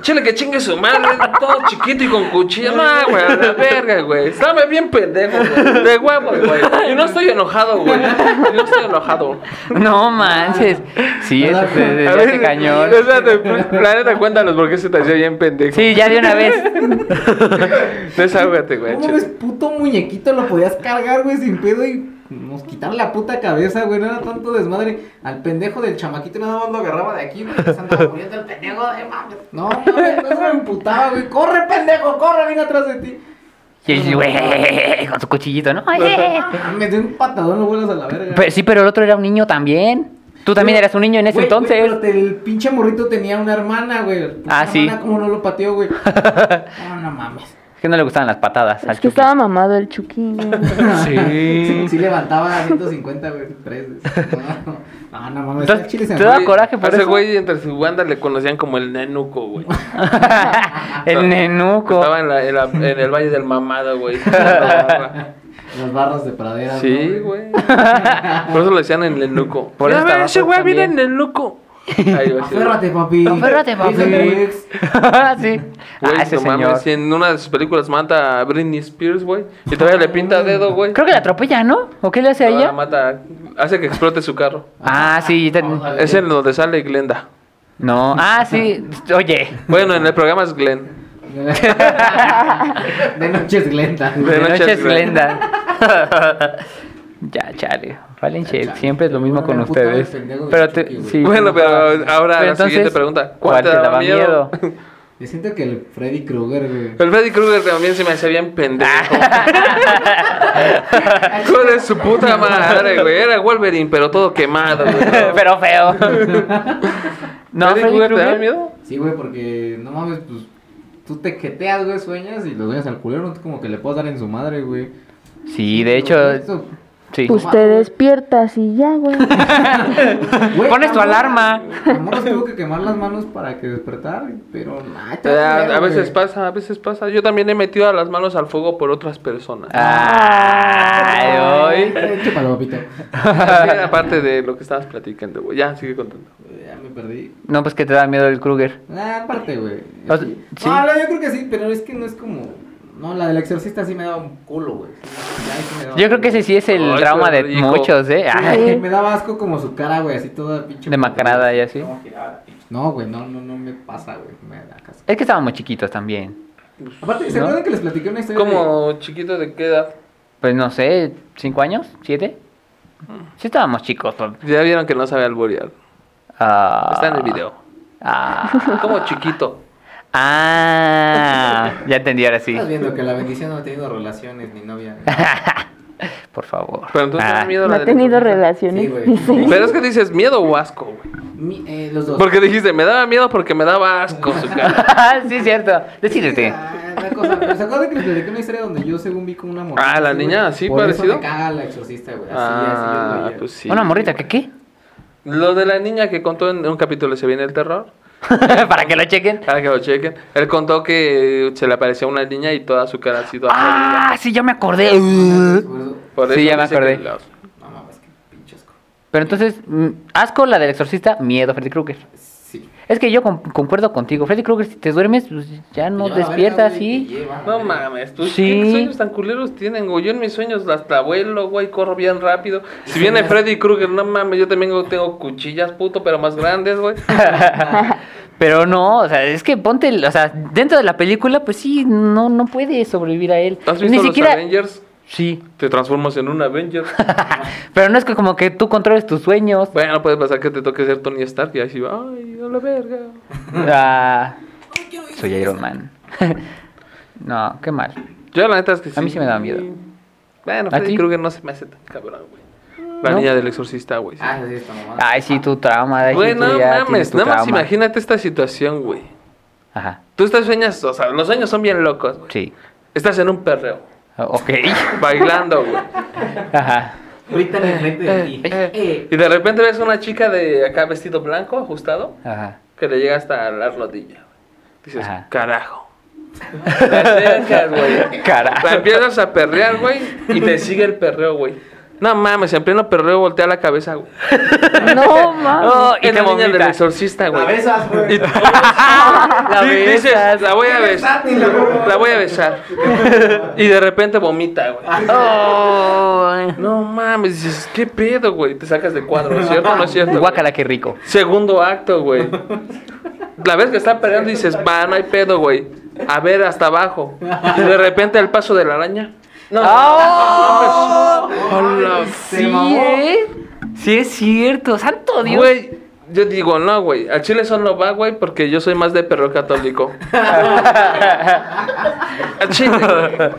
B: Chile que chingue su madre. Todo chiquito y con cuchillo. No, güey, a la verga, güey. Estaba bien pendejo, güey. De huevo, güey. Y no estoy enojado, güey. Y No estoy enojado.
A: [laughs] No manches.
B: [laughs]
A: Sí, eso se, se- ya se cañón.
B: Espérate, la neta, cuéntanos por qué se te hacía bien pendejo.
A: Sí, ya de una vez.
B: Desahógate, güey.
D: ¿Cómo ves, puto muñequito? Lo podías cargar, güey, sin pedo y nos quitar la puta cabeza, güey. No era tanto desmadre. Al pendejo del chamaquito nada más lo agarraba de aquí, güey. Se andaba muriendo el pendejo de mames. No, mames, no se me emputaba, güey. Corre, pendejo, corre, viene atrás de ti.
A: Y el güey, con su cuchillito, ¿no?
C: eh,
D: Ah, Me dio un patadón, lo vuelas a la verga.
A: Pero- sí, pero el otro era un niño también. Tú también eras un niño Pues, en ese
D: Güey, güey,
A: entonces.
D: pero te- el pinche morrito tenía una hermana, güey.
A: Ah,
D: Una
A: sí.
D: hermana, ¿Cómo no lo
A: [laughs]
D: pateó, güey? No, no mames.
A: Es que no le gustaban las patadas al
C: Es
A: Chucky.
C: que estaba mamado el Chucky.
D: Sí. Sí levantaba 150, güey, tres veces. No, no, no mames.
A: Entonces,
D: al chile se
A: te
D: me-
A: da coraje por
B: A ese
A: eso.
B: güey entre su banda le conocían como el nenuco, güey.
A: [laughs] el nenuco.
B: Estaba en, la- en la- en el Valle del
A: [laughs]
B: Mamado, güey. sí,
D: Las barras de pradera. ¿no,
B: güey. Por eso lo decían el nenuco.
A: Por
B: Por
A: eso
B: eso
A: estaba
B: ese
A: Fox
B: güey viene
A: también.
B: el nenuco. Ahí va a ser.
D: Aférrate, papi.
A: Aférrate, papi.
D: Dice tu ex.
A: [laughs] sí.
B: Güey,
A: ah, ese
B: no mames,
A: señor.
B: si en una de sus películas mata a Britney Spears, güey. Y todavía le pinta dedo, güey.
A: Ah. Creo que la atropella, ¿no? ¿O qué le hace a
B: No, la
A: ella?
B: mata, hace que explote su carro.
A: Ah, sí. ten-
D: Vamos a ver.
B: Es en donde sale Glenda.
A: No. Ah, sí. Oye.
B: Bueno, en el programa es Glenn.
D: [laughs] De noches glenta.
A: De
B: noche
A: noche es
B: es Glenda.
A: Glenda. [laughs] ya, chale. Valen, che,
D: chale.
A: siempre es lo mismo
D: Bueno,
A: con
D: me emputaba el
A: ustedes.
D: pendejo de
A: Pero te-
D: Chucky, güey.
A: sí,
B: Bueno,
A: no
B: pero
A: jodas.
B: ahora la
A: entonces,
B: siguiente pregunta.
A: ¿Cuál te daba miedo? [laughs]
D: Yo siento que el Freddy Krueger, güey.
B: El Freddy Krueger también se me hacía bien pendejo. Hijo de su puta madre, güey. Era Wolverine, pero todo quemado, güey.
A: pero feo. no,
B: ¿Freddy Krueger te daba
A: miedo?
B: miedo?
D: Sí, güey, porque no mames, pues. tú te queteas, güey, sueñas y los dueñas al culero, tú como que le puedes dar en su madre, güey.
A: Sí, de hecho,
D: Eso-
A: sí.
C: Pues te despiertas y ya,
H: [laughs]
C: güey.
D: Güey,
A: Pones tu
D: cabrón,
A: alarma.
D: Amor, tuvo que quemar las manos para que despertar, pero
A: Ah,
D: nah, está culero,
B: Ah, a veces
D: güey.
B: pasa, a veces pasa. Yo también he metido a las manos al fuego por otras personas.
A: Ah. Ay, hoy.
D: Eh, chúpalo, papito.
B: Así, aparte de lo que estabas platicando, güey. Ya, sigue contando.
D: Eh, Ya me perdí.
A: No, pues que te da miedo el Kruger.
D: Ah, aparte, güey.
A: O sea,
D: Sí.
A: sí.
D: No, la- yo creo que sí, pero es que no es como. No, la del exorcista sí me daba un culo, güey. Sí, ahí sí me daba
A: Yo creo que ese sí es el
B: Ay,
A: trauma
B: qué
A: de
B: rico.
A: muchos, ¿eh? Ay,
D: Sí, Me daba asco como su cara, güey, así toda pinche.
A: Demacrada y así.
D: Cómo giraba la pinche- No, güey, no, no, no me pasa, güey. Me da casco.
A: Es que estábamos chiquitos también.
D: Aparte, ¿se
A: ¿No?
D: acuerdan que les platiqué una historia?
B: Como chiquito de qué edad.
A: Pues no sé, ¿cinco años? ¿Siete? Sí estábamos chicos. pero-
B: Ya vieron que no sabe alborear.
A: Ah.
B: Está en el video.
A: Ah.
B: Como chiquito.
A: Ah, ya entendí ahora
D: de-
A: sí.
D: Estás viendo que la bendición no ha tenido relaciones ni novia.
A: [laughs]
D: ni-
A: Por favor.
B: Pero entonces
A: Ah. [laughs]
B: da miedo
C: No
B: la
C: ha
B: del
C: tenido
B: exorcista.
D: Sí,
C: relaciones.
D: güey.
B: Pero es que dices miedo o asco, güey.
D: Mi- eh, los dos.
B: Porque dijiste, me daba miedo porque me daba asco su cara.
A: sí, es cierto. Decídete.
D: Ah, la cosa, pero ¿se acuerdan que les platiqué una historia donde yo según vi como una morrita?
B: Ah, la
D: así, güey?
B: niña, así,
D: Por
B: parecido.
D: Eso me caga la exorcista, güey. Así, así. yo lo
B: Ah,
D: veía.
B: pues sí.
A: Una morrita, ¿qué [laughs] qué?
B: Lo de la niña que contó en un capítulo Se viene el terror.
A: Para que lo chequen.
B: Para que lo chequen. Él contó que se le apareció una niña y toda su cara ha sido
A: Ah, sí, ya me acordé.
D: Por eso-
B: Por
A: Sí,
B: eso
A: ya me
B: dice
A: acordé.
B: que los-
D: No mames, qué pinche asco.
A: Pero entonces, mm, asco la del exorcista, miedo, Freddy Krueger.
D: Sí.
A: Es que yo con- concuerdo contigo. Freddy Krueger, si te duermes, pues, ya no
D: Yo, la
A: despiertas,
D: verga, güey, te
A: sí.
D: llevan,
B: No
D: güey.
B: mames, ¿tú
A: Sí.
B: qué sueños tan culeros tienen, güey? Yo en mis sueños hasta vuelo, güey, corro bien rápido. Si viene Freddy Krueger, no mames, yo también tengo cuchillas, puto, pero más grandes, güey.
A: Pero no, o sea, es que ponte, el- o sea, dentro de la película, pues sí, no, no puede sobrevivir a él.
B: ¿Has
A: Ni
B: visto los
A: siquiera.
B: Avengers?
A: Sí,
B: Te transformas en un
A: [laughs]
B: Avenger.
A: ah, pero no es que como que tú controles tus sueños.
B: bueno, puede pasar que te toque ser Tony Stark y así va, ay, a la verga.
A: Ah, soy Iron Man. [laughs] no, qué mal.
B: Yo la neta es que sí.
A: A mí sí me daba miedo.
B: Bueno,
A: ¿A
B: Freddy
A: ti?
B: Krueger no se me hace tan cabrón, güey. La
A: ¿No?
B: niña del exorcista, güey. sí.
D: Ah, sí, esta mamada.
A: Ay, sí, tu trauma. ay, sí,
B: Güey,
A: tú
B: no
A: ya tienes
B: mames,
A: tu
B: nada más
A: trauma.
B: imagínate esta situación, güey.
A: Ajá,
B: Tú estás sueñas, o sea, los sueños son bien locos, güey.
A: sí.
B: Estás en un perreo,
A: O- Ok. [laughs]
B: bailando, güey.
A: Ajá.
D: Ahorita en el frente de Eh, ti.
B: Y de repente ves una chica de acá vestido blanco, ajustado,
A: Ajá.
B: que le llega hasta la rodilla. Dices,
A: Ajá.
B: carajo.
A: [laughs]
B: Te acercas, güey.
A: Carajo.
B: La empiezas a perrear, güey, y te sigue el perreo, güey. No mames, en pleno perreo voltea la cabeza, güey.
C: [laughs] No,
H: [laughs]
C: mames.
A: Oh, y
B: es
A: te
B: la niña del
A: vomita.
B: exorcista, güey.
F: La besas, [laughs]
B: [laughs]
F: güey.
B: Y-
A: La
B: Sí, dices,
A: besas.
B: la voy a besar. La voy a besar. Y de repente vomita, güey.
A: Oh.
B: No mames, dices, ¿qué pedo, güey? Te sacas de cuadro, ¿no es cierto? No es cierto. güey?
A: Guácala, qué rico.
B: Segundo acto, güey. La vez que está peleando dices, va, no hay pedo, güey. A ver, hasta abajo. Y de repente el paso de la araña. No. ¡Oh!
A: Ah.
B: Hola.
A: Sí, ¿eh? Sí, es cierto. Santo Dios.
B: Güey, yo digo, no, güey. Al chile eso no va, güey, porque yo soy más de
A: [laughs]
B: perro católico. Al chile. güey.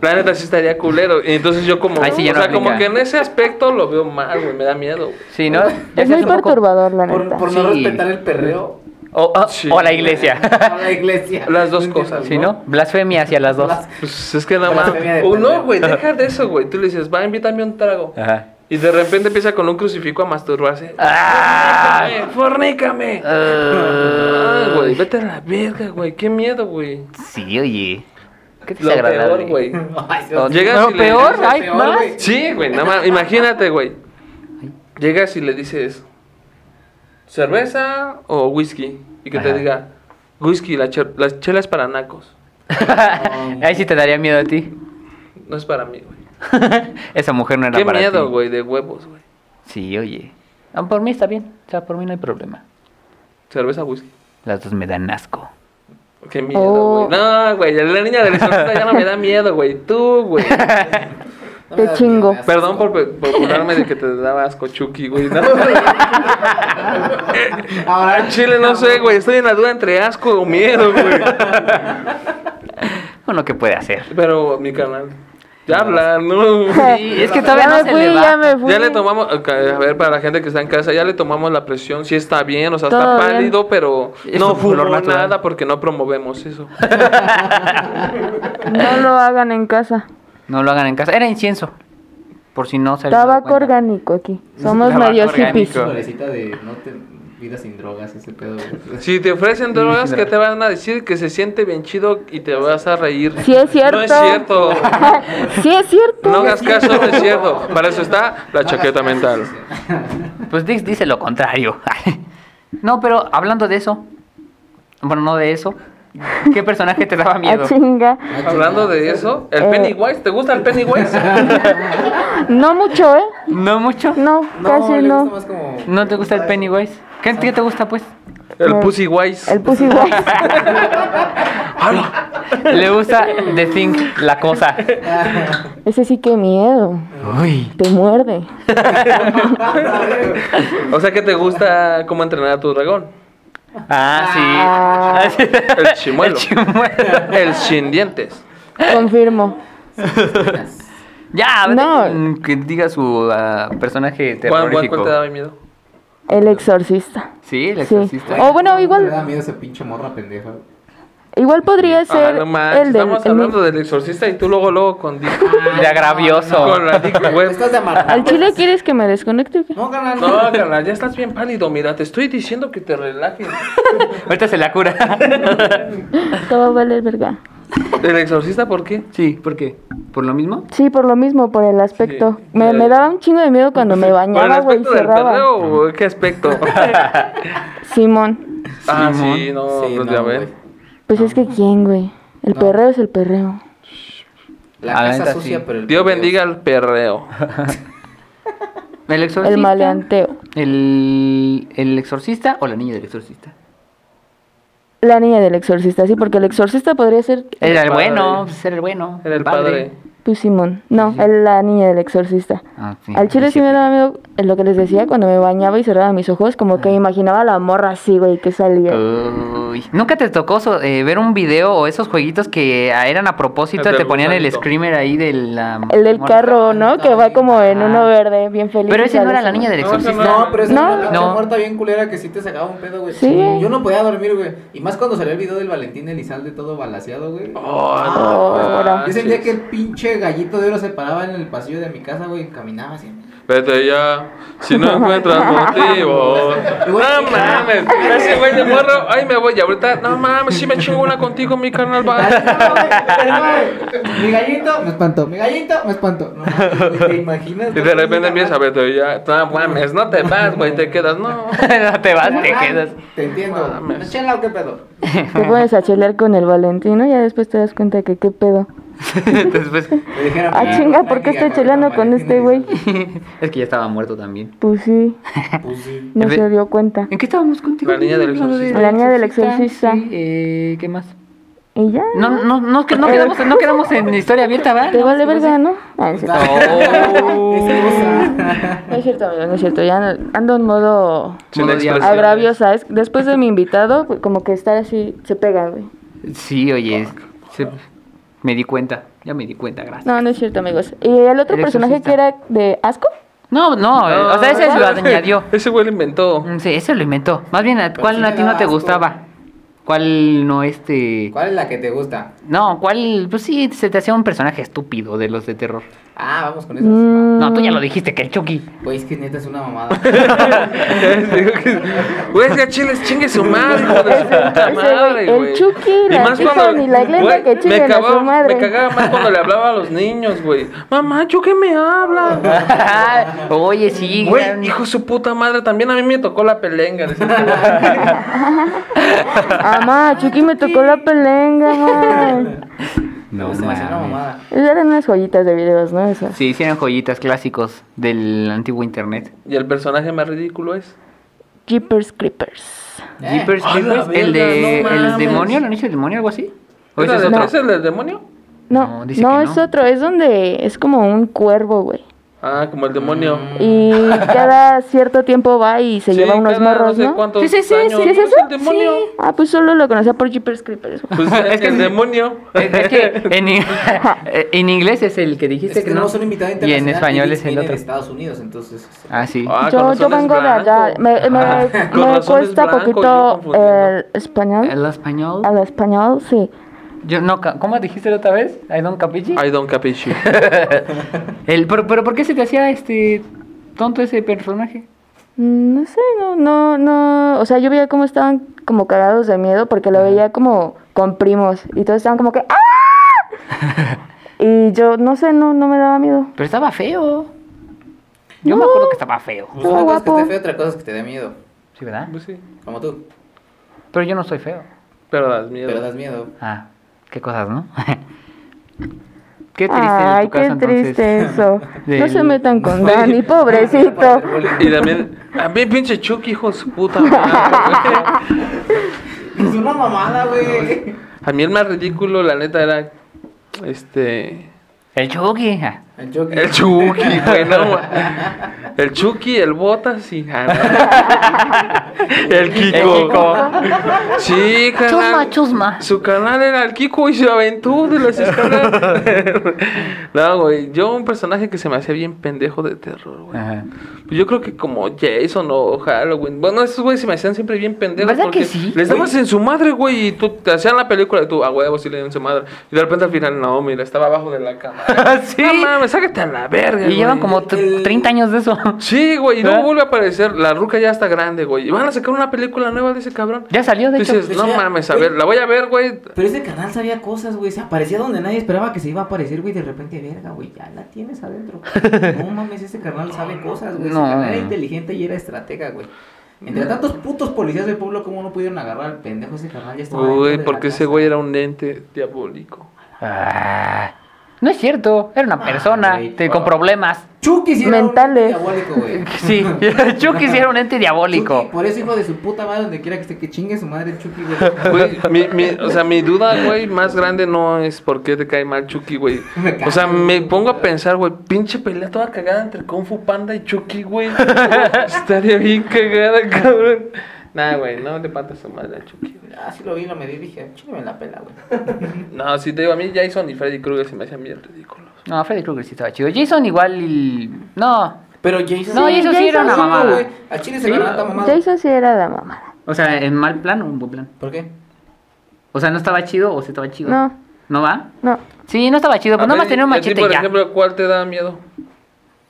B: La neta sí estaría culero. Y entonces yo como,
A: Ahí sí ya
B: o
A: no
B: sea, como
A: aplica.
B: que en ese aspecto lo veo mal, güey. Me da miedo, güey.
A: Sí, Pues ¿no? Ya
C: Es
A: se hace
C: muy
A: un poco-
C: perturbador, la
D: Por,
C: neta.
D: por no
A: Sí.
D: respetar el perreo.
A: O, o-
B: Sí.
A: o oh, la
B: [laughs]
A: iglesia.
D: a la iglesia.
B: Las dos
D: No entiendo,
B: cosas,
A: sí, ¿no? Blasfemia hacia las dos.
B: Pues es que nada más.
D: Blasfemia de
B: Oh, no,
D: pendejo.
B: güey, deja de eso, güey. Tú le dices, va, invítame un trago.
A: Ajá.
B: Y de repente empieza con un crucifijo a masturbarse.
A: Ah.
B: ¡Fornícame! ¡Fornícame! Ay, güey, vete a la verga, güey. Qué miedo, güey.
A: Sí, oye. Qué
B: Lo peor,
A: desagradable.
B: güey.
D: Ay,
A: O-
D: Dios.
B: Llegas
A: no,
B: y le-
A: peor,
B: Lo
A: hay
D: peor,
A: más.
D: güey.
B: Sí, güey, nada más, imagínate, güey. Llegas y le dices, ¿cerveza o whisky? Y que te
A: Ajá.
B: diga, whisky, la cher- las chelas para nacos.
A: Ahí sí te daría miedo a ti. [laughs]
B: No es para mí, güey.
A: Esa mujer no era
B: Qué
A: para ti.
B: miedo, güey, de huevos, güey.
A: Sí, oye. Ah, por mí está bien. O sea, por mí no hay problema.
B: Cerveza, whisky.
A: Las dos me dan asco.
B: Qué miedo,
C: Oh.
B: güey. No, güey, la niña del exorcista ya no me da miedo, güey. Tú,
A: [laughs]
B: güey.
D: No me
C: Te
D: da
C: chingo.
D: miedo,
B: Perdón por, pe- por burlarme de que te dabas cochuki, güey. No.
D: [laughs] Ahora,
B: Chile, no sé, güey. Estoy en la duda entre asco o miedo, güey.
A: Uno que puede hacer.
B: Pero mi canal. Ya habla,
C: [laughs]
B: no.
A: Sí, es que todavía
C: ya
A: no
C: me
A: se
C: fui,
A: le va.
C: ya me fui.
B: Ya le tomamos, ok, a ver, para la gente que está en casa, ya le tomamos la presión, sí está bien, o sea, está
C: Todo bien.
B: pálido, pero
A: Es
B: no
A: su color
B: fumó
A: natural.
B: nada porque no promovemos
A: [laughs]
B: eso.
C: No lo hagan en
B: [laughs]
C: casa.
A: No lo hagan en casa. Era incienso. Por si no se habían dado
C: Tabaco
A: cuenta.
C: orgánico aquí. Somos
A: Tabaco
C: medio
A: orgánico.
B: [laughs]
C: hippies. [laughs]
D: florecita de no te vida sin drogas, ese pedo. güey.
B: Si te ofrecen drogas, que te van a decir que se siente bien chido y te vas a reír.
C: Sí es cierto.
B: No es
C: [laughs]
B: cierto.
C: sí es cierto.
B: No hagas
C: [laughs]
B: caso, no es cierto. Para eso está
D: Ah,
B: la chaqueta mental. [laughs]
A: Pues Dix dice lo contrario. [laughs] no, pero hablando de eso. Bueno, no de eso. ¿Qué personaje te daba miedo?
C: [laughs] Ah, chinga.
B: Hablando de eso, el
C: Eh.
B: Pennywise, ¿te gusta el
C: [laughs]
B: Pennywise?
C: No mucho, ¿eh?
A: No mucho.
C: No,
D: No,
C: casi
D: le
C: no.
D: gusta más como.
A: ¿No te gusta el Pennywise? ¿Qué, qué te gusta, pues?
B: El
C: No.
B: Pussywise.
C: El
B: [laughs]
C: pussy guay.
A: Le gusta The Thing, la cosa.
C: Ese sí que miedo.
A: Uy.
C: Te muerde.
B: O sea que te gusta cómo entrenar a tu dragón.
A: [laughs] Ah, sí.
B: El chimuelo.
A: El chimuelo.
B: [laughs] El sin dientes.
C: Confirmo.
A: Ya,
C: No.
A: mm, que diga su ah, personaje
B: ¿Cuál, cuál,
A: terrorífico.
B: cuál te daba miedo?
C: El exorcista.
A: Sí, el
C: Sí. Oh.
A: exorcista.
C: O bueno,
D: Me da
C: igual
D: miedo ese pinche morra pendeja.
C: igual podría
B: Ah,
C: ser
B: no manches,
C: el del
B: estamos
C: el-
B: hablando del exorcista y tú luego, luego con
D: [laughs]
B: Dick.
A: De agravioso.
B: con la Dick Web.
D: Ah, Estás de amargado.
C: ¿Al chile quieres que me desconecte? o qué?
D: No, carnal.
B: No, carnal, ya estás bien pálido. Mira, te estoy diciendo que te
D: [laughs]
B: relajes.
A: Ahorita se la
B: [laughs]
A: cura.
C: Todo vale verga.
B: ¿El exorcista por qué?
A: sí, ¿por qué? ¿Por lo mismo?
C: Sí, por lo mismo, por el aspecto.
B: Sí.
C: Me, me daba un chingo de miedo cuando me
B: ¿Por el
C: bañaba, güey, y
B: aspecto del
C: cerraba.
B: perreo o qué
D: [laughs]
B: aspecto?
C: Simón.
B: ah, sí, no,
D: Sí,
B: pues
D: no,
B: ya
D: güey.
B: ven.
C: Pues es que quién, güey. El perreo es el perreo.
D: La
A: Ah, la
D: casa
A: neta,
D: sucia,
A: sí.
D: pero el
B: Dios bendiga al
D: [laughs]
B: perreo.
A: ¿El exorcista?
C: El maleanteo.
A: ¿El, el exorcista o la niña del exorcista?
C: La niña del exorcista, sí, porque el exorcista podría ser.
A: Era el,
B: padre.
A: bueno, pues era el bueno.
B: Era el padre.
C: Pues Simón. No, el- la niña del exorcista.
A: Ah, sí,
C: Al chile sí me
A: sí.
C: daba miedo en lo que les decía cuando me bañaba y cerraba mis ojos, como
B: Ah.
C: que imaginaba a la morra así, güey, que salía.
A: Uy. ¿Nunca te tocó so- eh, ver un video o esos jueguitos que ah, eran a propósito?
B: El del
A: Te ponían el
B: gusanito.
A: screamer ahí del... la
C: El del
A: muerta?
C: carro, ¿no? Que va como en
A: Ah.
C: uno verde, bien feliz.
A: Pero ese no era
C: sale
A: la
C: así.
A: niña del
B: No, ese
A: exorcista.
D: No, pero esa
C: No.
D: era una pinche
A: No.
D: muerta bien culera que sí te sacaba un pedo, güey.
C: Sí.
D: Yo no podía dormir, güey. Y más cuando salió el video del Valentín Elizalde todo balaseado, güey.
B: Oh,
C: Oh,
B: no
C: ahora.
D: Yo
B: manches.
D: sentía que el pinche gallito de oro se paraba en el pasillo de mi casa, güey, y caminaba
B: [laughs]
D: así.
B: Vete ya, si
C: [laughs]
B: no encuentras motivos. No mames, ese
A: [laughs]
B: güey de morro, ay me voy, y ahorita, no mames, si me chingo una contigo, mi carnal va.
D: Mi gallito me espantó, mi gallito me espantó. No, güey, ¿Te imaginas?
B: [laughs] Y de repente empiezas a vete ya, no mames, no te vas, güey, te quedas, no.
A: [laughs] no te vas, te
B: [laughs]
D: Ah,
A: quedas.
D: Te entiendo.
B: Mames.
D: Chela, ¿qué pedo?
C: Te pones a chelear con el Valentino y ya después te das cuenta que qué pedo.
A: Después,
B: pues,
D: Me dijeron,
C: Ah,
D: "Mira,
C: chinga,
D: no,
C: ¿por qué
D: tranqui,
C: estoy
D: acá
C: cheleando
D: con
C: con
D: Valentín
C: este güey?
D: Elizalde".
A: es que ya estaba muerto también.
C: Pues sí,
D: Pues
B: [laughs]
D: sí. [laughs]
C: no
A: Ve-
C: se dio cuenta.
A: ¿En qué estábamos contigo?
B: La niña del exorcista.
C: La niña del exorcista.
A: Sí, eh, ¿Qué más?
C: Y ya.
A: No, no, no,
C: [laughs]
A: que no quedamos, no quedamos en historia abierta, ¿verdad?
C: Te vale verga, ¿no? Ah, es cierto.
B: Oh.
C: No [laughs] es cierto, amigo, no es cierto. Ya no- ando en modo
B: Sin
A: Modo diablo.
B: expresión.
C: agraviosa. Es, después de mi invitado, pues, como que estar así se pega, güey.
A: Sí, oye, se- me di cuenta, ya me di cuenta, gracias.
C: No, no es cierto, amigos. Y el otro
A: El
C: personaje
A: exorcista.
C: que era de asco.
A: No, no, eh, o sea, ese lo añadió.
B: [laughs] Ese güey lo inventó.
A: Mm, Sí, ese lo inventó. Más bien, ¿a-
D: sí
A: ¿cuál
D: me
A: a ti
D: daba
A: no te
D: asco.
A: gustaba? ¿Cuál no este?
D: ¿Cuál es la que te gusta?
A: No, ¿cuál? Pues sí, se te hacía un personaje estúpido de los de terror.
D: Ah, vamos con eso.
C: Mm,
A: No, tú ya lo dijiste, que el Chucky. [laughs]
D: Güey, es que neta es una mamada.
B: Güey, es que a chiles, chingue su madre, hijo de su puta
C: Ese güey,
B: madre,
C: el
B: güey.
C: Chucky,
B: Y
C: la
B: más
C: Tiffany,
B: cuando-
C: la Glenda,
B: güey,
C: que chinguen a su
B: cagaba-
C: madre.
B: Me cagaba más cuando le hablaba a los niños, güey. Mamá, ¿yo qué me habla?
A: Oye, sí. gran-
B: Güey, hijo de su puta madre, también a mí me tocó la pelenga. decía este güey. [laughs]
C: Amá, Ah, Chucky me tocó la pelenga, man.
A: [laughs] No,
D: Se me hace una
A: mames.
D: mamada.
C: Eran unas joyitas de videos, ¿no? Esas.
A: Se hicieron joyitas clásicos del antiguo internet.
B: Y el personaje más ridículo es.
C: Jeepers Creepers.
D: Eh.
A: Jeepers
B: a la
A: Creepers,
B: verga,
A: el de
B: no
A: el
B: mames.
A: demonio, la noche del demonio, algo así. ¿O ese
B: ¿Ese
A: es
B: ¿Es
A: otro?
B: el del demonio?
C: No,
A: No,
C: no,
A: dice que no.
C: es otro, es donde es como un cuervo, güey.
B: Ah, como el demonio.
D: Mm.
C: Y cada cierto tiempo va y se
B: Sí,
C: lleva unos
B: cada
C: morros,
B: sé
C: ¿no?
B: cuántos
J: Sí, sí, sí,
B: años.
J: sí,
C: ¿Es
B: ¿No
C: eso?
B: el demonio?
C: Sí. Ah, pues solo lo conocía por Jeepers Creepers.
B: [laughs]
C: güey.
B: Pues es que el demonio.
A: Es, es que en, in- en inglés es el que dijiste
D: Es
A: que
D: que
A: no.
D: tenemos un invitado
A: y en
D: internacional
A: español
D: que
A: es el
D: viene de
A: otro.
D: Estados Unidos, entonces. pues,
A: Ah, sí.
B: Ah, con
C: yo, yo
B: razón es
C: vengo de allá.
B: blanco. Ah,
C: Me,
B: [laughs]
C: me-
B: Con
C: me
B: razón es
C: cuesta
B: blanco, yo
C: poquito
B: confundiendo.
C: el español.
A: El español.
C: El español, sí.
A: Yo no, ca- ¿cómo dijiste la otra vez? I don't capiche.
B: I don't capiche.
A: El, pero, pero ¿por qué se te hacía este tonto ese personaje?
C: Mm, No sé, no, no, no. O sea, yo veía cómo estaban como cagados de miedo porque lo veía como con primos y todos estaban como que ¡Ah!
B: [laughs]
C: y yo, no sé, no, no me daba miedo.
A: Pero estaba feo. Yo me acuerdo que estaba feo.
D: Pues una cosa es que
C: guapo.
D: esté feo, otra cosa es que te dé miedo.
A: Sí, ¿verdad?
B: [laughs] Pues sí.
D: Como tú,
A: Pero yo no soy feo.
B: Pero das miedo.
D: pero das miedo.
A: Ah, qué cosas, ¿no? [laughs] qué triste en
C: Ay,
A: tu casa,
C: qué
A: entonces.
C: triste eso.
A: [laughs]
C: No se
A: Del-
C: metan con Dani, pobrecito.
A: [laughs]
B: Y también, a mí pinche Chucky, hijo de su puta madre. güey.
D: Es una mamada, [laughs] güey.
B: A mí el más ridículo, la neta, era este.
A: El Chucky. ah.
D: El Chucky.
B: El Chucky, güey, no. ma- El Chucky, el Botas y. ah, no. El
A: El Kiko.
B: Kiko. Sí,
A: Chusma,
B: carnal.
A: chusma.
B: Su canal era el Kiko y se aventó de las escaleras. no, güey. Yo, un personaje que se me hacía bien pendejo de terror, güey.
A: Ajá.
B: Pues Yo creo que como Jason o Halloween. Bueno, esos güeyes se me hacían siempre bien pendejos.
A: ¿Verdad
B: porque
A: que sí?
B: Les dabas en su madre, güey. Y tú te hacían la película y tú, a huevo, sí le dieron su madre. Y de repente al final, no, mira, estaba abajo de la cama.
A: sí.
B: No [laughs] mames, sácate a la verga.
A: Y llevan
B: güey.
A: como ¿Eh? t- 30 años de eso.
B: Sí, güey, y no
A: ¿Verdad?
B: vuelve a aparecer. La ruca ya está grande, güey. Y van a sacar una película nueva de ese cabrón.
A: Ya salió, de
B: Tú
A: hecho.
B: dices, no
D: Pues ya,
B: mames, a
D: güey.
B: ver, la voy a ver, güey.
D: Pero ese canal sabía cosas, güey. Se aparecía donde nadie esperaba que se iba a aparecer, güey. De repente, verga, güey, ya la tienes adentro.
B: [laughs]
D: No mames, ese canal sabe cosas, güey.
A: No.
D: Ese canal era inteligente y era estratega, güey. Entre tantos putos policías del pueblo, ¿cómo no pudieron agarrar al pendejo ese canal? Ya estaba dentro de
B: Güey,
D: la
B: porque ese
D: casa.
B: güey era un ente diabólico.
A: Ah, no es cierto. Era
B: Ah,
A: una persona
D: güey,
A: te-
D: pa.
B: Oh.
A: con
B: [laughs]
A: problemas.
D: Chucky sí era un
C: Mentales.
D: diabólico, güey.
A: Sí, [laughs] Chucky sí era un ente diabólico.
D: Chucky, por eso, hijo de su puta madre, donde quiera que esté, que chingue su madre el Chucky, güey.
B: Güey, mi, mi- o sea, mi duda, güey, más grande no es por qué te cae mal
A: [laughs]
B: Chucky, güey.
D: Me cae,
B: O sea, me
D: güey.
B: pongo a pensar, güey, pinche pelea toda cagada entre Kung Fu Panda y
A: [laughs]
B: Chucky, güey. Estaría bien cagada, cabrón. Nah, güey, no le patas su madre a Chucky, güey.
D: Ah, sí lo vi, lo medí y dije, chingue la pela, güey.
B: No, si te digo, a mí Jason y Freddy Krueger se me hacían bien ridículos.
A: No, Freddy Krueger sí estaba chido. Jason igual. y- No.
D: Pero Jason.
A: No, Jason sí era una
D: Jason,
A: mamada.
D: güey. A Chile se
A: Sí.
D: la levanta mamada.
C: Jason sí era la mamada.
A: O sea, en mal plan o en buen plan.
D: ¿Por qué?
A: O sea, no estaba chido o se estaba chido.
C: No.
A: ¿No va?
C: No.
A: Sí, no estaba chido. Pues
B: A
A: nada más
B: ver,
A: tenía un
B: a ti,
A: machete
B: por
A: y ya.
B: ejemplo, ¿cuál te da miedo?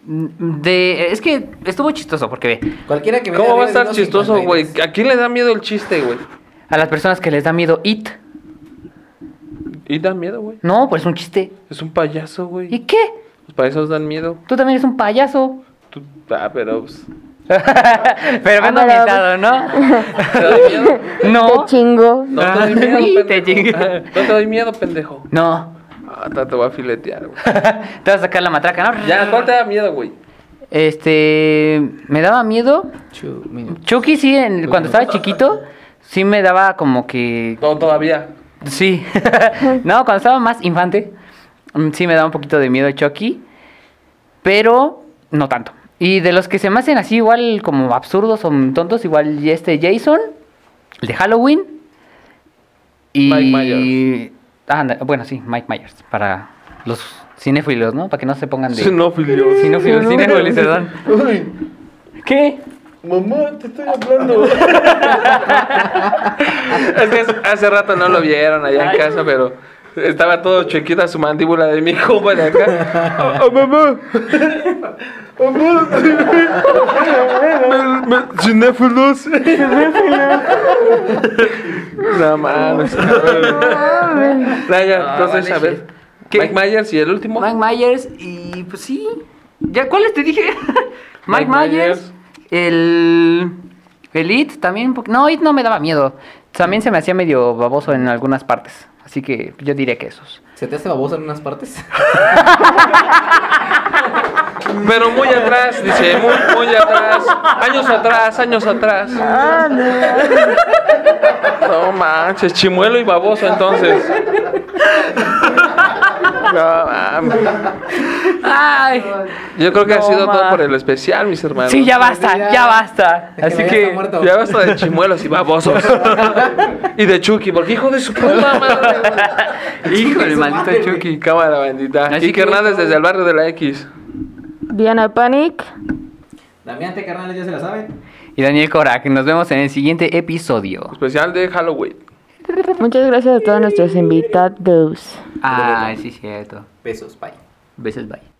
A: Mm, De, es que estuvo chistoso porque ve,
D: Cualquiera que me
B: ¿Cómo va a estar chistoso, güey? ¿A quién le da miedo el chiste, güey?
A: a las personas que les da miedo IT,
B: Y da miedo, güey.
A: no, pues es un chiste.
B: Es un payaso, güey.
A: ¿Y qué?
B: Los payasos dan miedo.
A: Tú también eres un payaso. [laughs]
B: Tú- ah, pero pues,
A: Pero me
C: Ah,
A: ando
C: pero-
A: ambientado, ¿no?
B: ¿Te da
A: [laughs]
B: miedo?
A: no.
C: [laughs] Te chingo.
B: No te doy miedo,
A: Sí,
B: pendejo.
A: te chingué.
B: [laughs] No te doy miedo, pendejo.
A: No.
B: Ah, ta- te voy a filetear, güey.
A: [laughs] Te vas a sacar la matraca, ¿no?
B: Ya, ¿cuál te da miedo, güey?
A: Este, me daba miedo. Chucky sí, en- cuando estaba chiquito, sí me daba como que
B: No, todavía.
A: Sí. [laughs] no, cuando estaba más infante, mm, sí me daba un poquito de miedo Chucky, pero no tanto. Y de los que se me hacen así igual como absurdos o tontos, igual y este Jason, el de Halloween y
B: Mike Myers.
A: Ah, anda, bueno, sí, Mike Myers para los cinéfilos, ¿no? Para que no se pongan de
B: Sinófilio.
A: cinéfilos, cinéfilos, perdón. ¿Qué?
F: Mamá, te estoy hablando.
B: Es que hace- hace rato no lo vieron allá en casa, pero estaba todo chiquita su mandíbula de mi compa de acá. ¡Ah, mamá! ¡Mamá! Me- me- ¡Cinéfilos! No mames. Nah, ya,
A: No,
B: entonces,
A: vale,
B: a ver.
A: sí.
B: Mike Myers y el último.
A: Mike Myers y pues sí. ¿Ya cuáles te dije? [laughs] Mike,
B: Mike
A: Myers,
B: Myers.
A: el el It también, porque- no, It no me daba miedo. También se me hacía medio baboso en algunas partes, así que yo diré que esos.
D: ¿Se te hace babosa en unas partes? [laughs]
B: Pero muy atrás, dice, muy, muy atrás. Años atrás, años atrás. No manches, chimuelo y baboso entonces. No, mames. Ay, yo creo que ha
A: No,
B: sido todo
A: ma.
B: por el especial, mis hermanos.
A: Sí, ya basta, ya basta.
D: que
A: Así
D: vaya
A: que.
D: está muerto.
B: Ya basta de chimuelos y babosos. y de Chucky, porque hijo de su puta madre.
A: [laughs]
B: hijo
A: Híjole, maldito Chucky.
B: Chucky, cámara bandita.
A: Así
B: Así
A: que-
B: que Hernández desde el barrio de la X.
C: Diana Panic.
D: Damián, te carnales, ya se la saben.
A: Y Daniel Corak, nos vemos en el siguiente episodio.
B: Especial de Halloween.
C: Muchas gracias a todos nuestros invitados.
A: Ah, sí, cierto.
D: Besos, bye.
A: Besos, bye.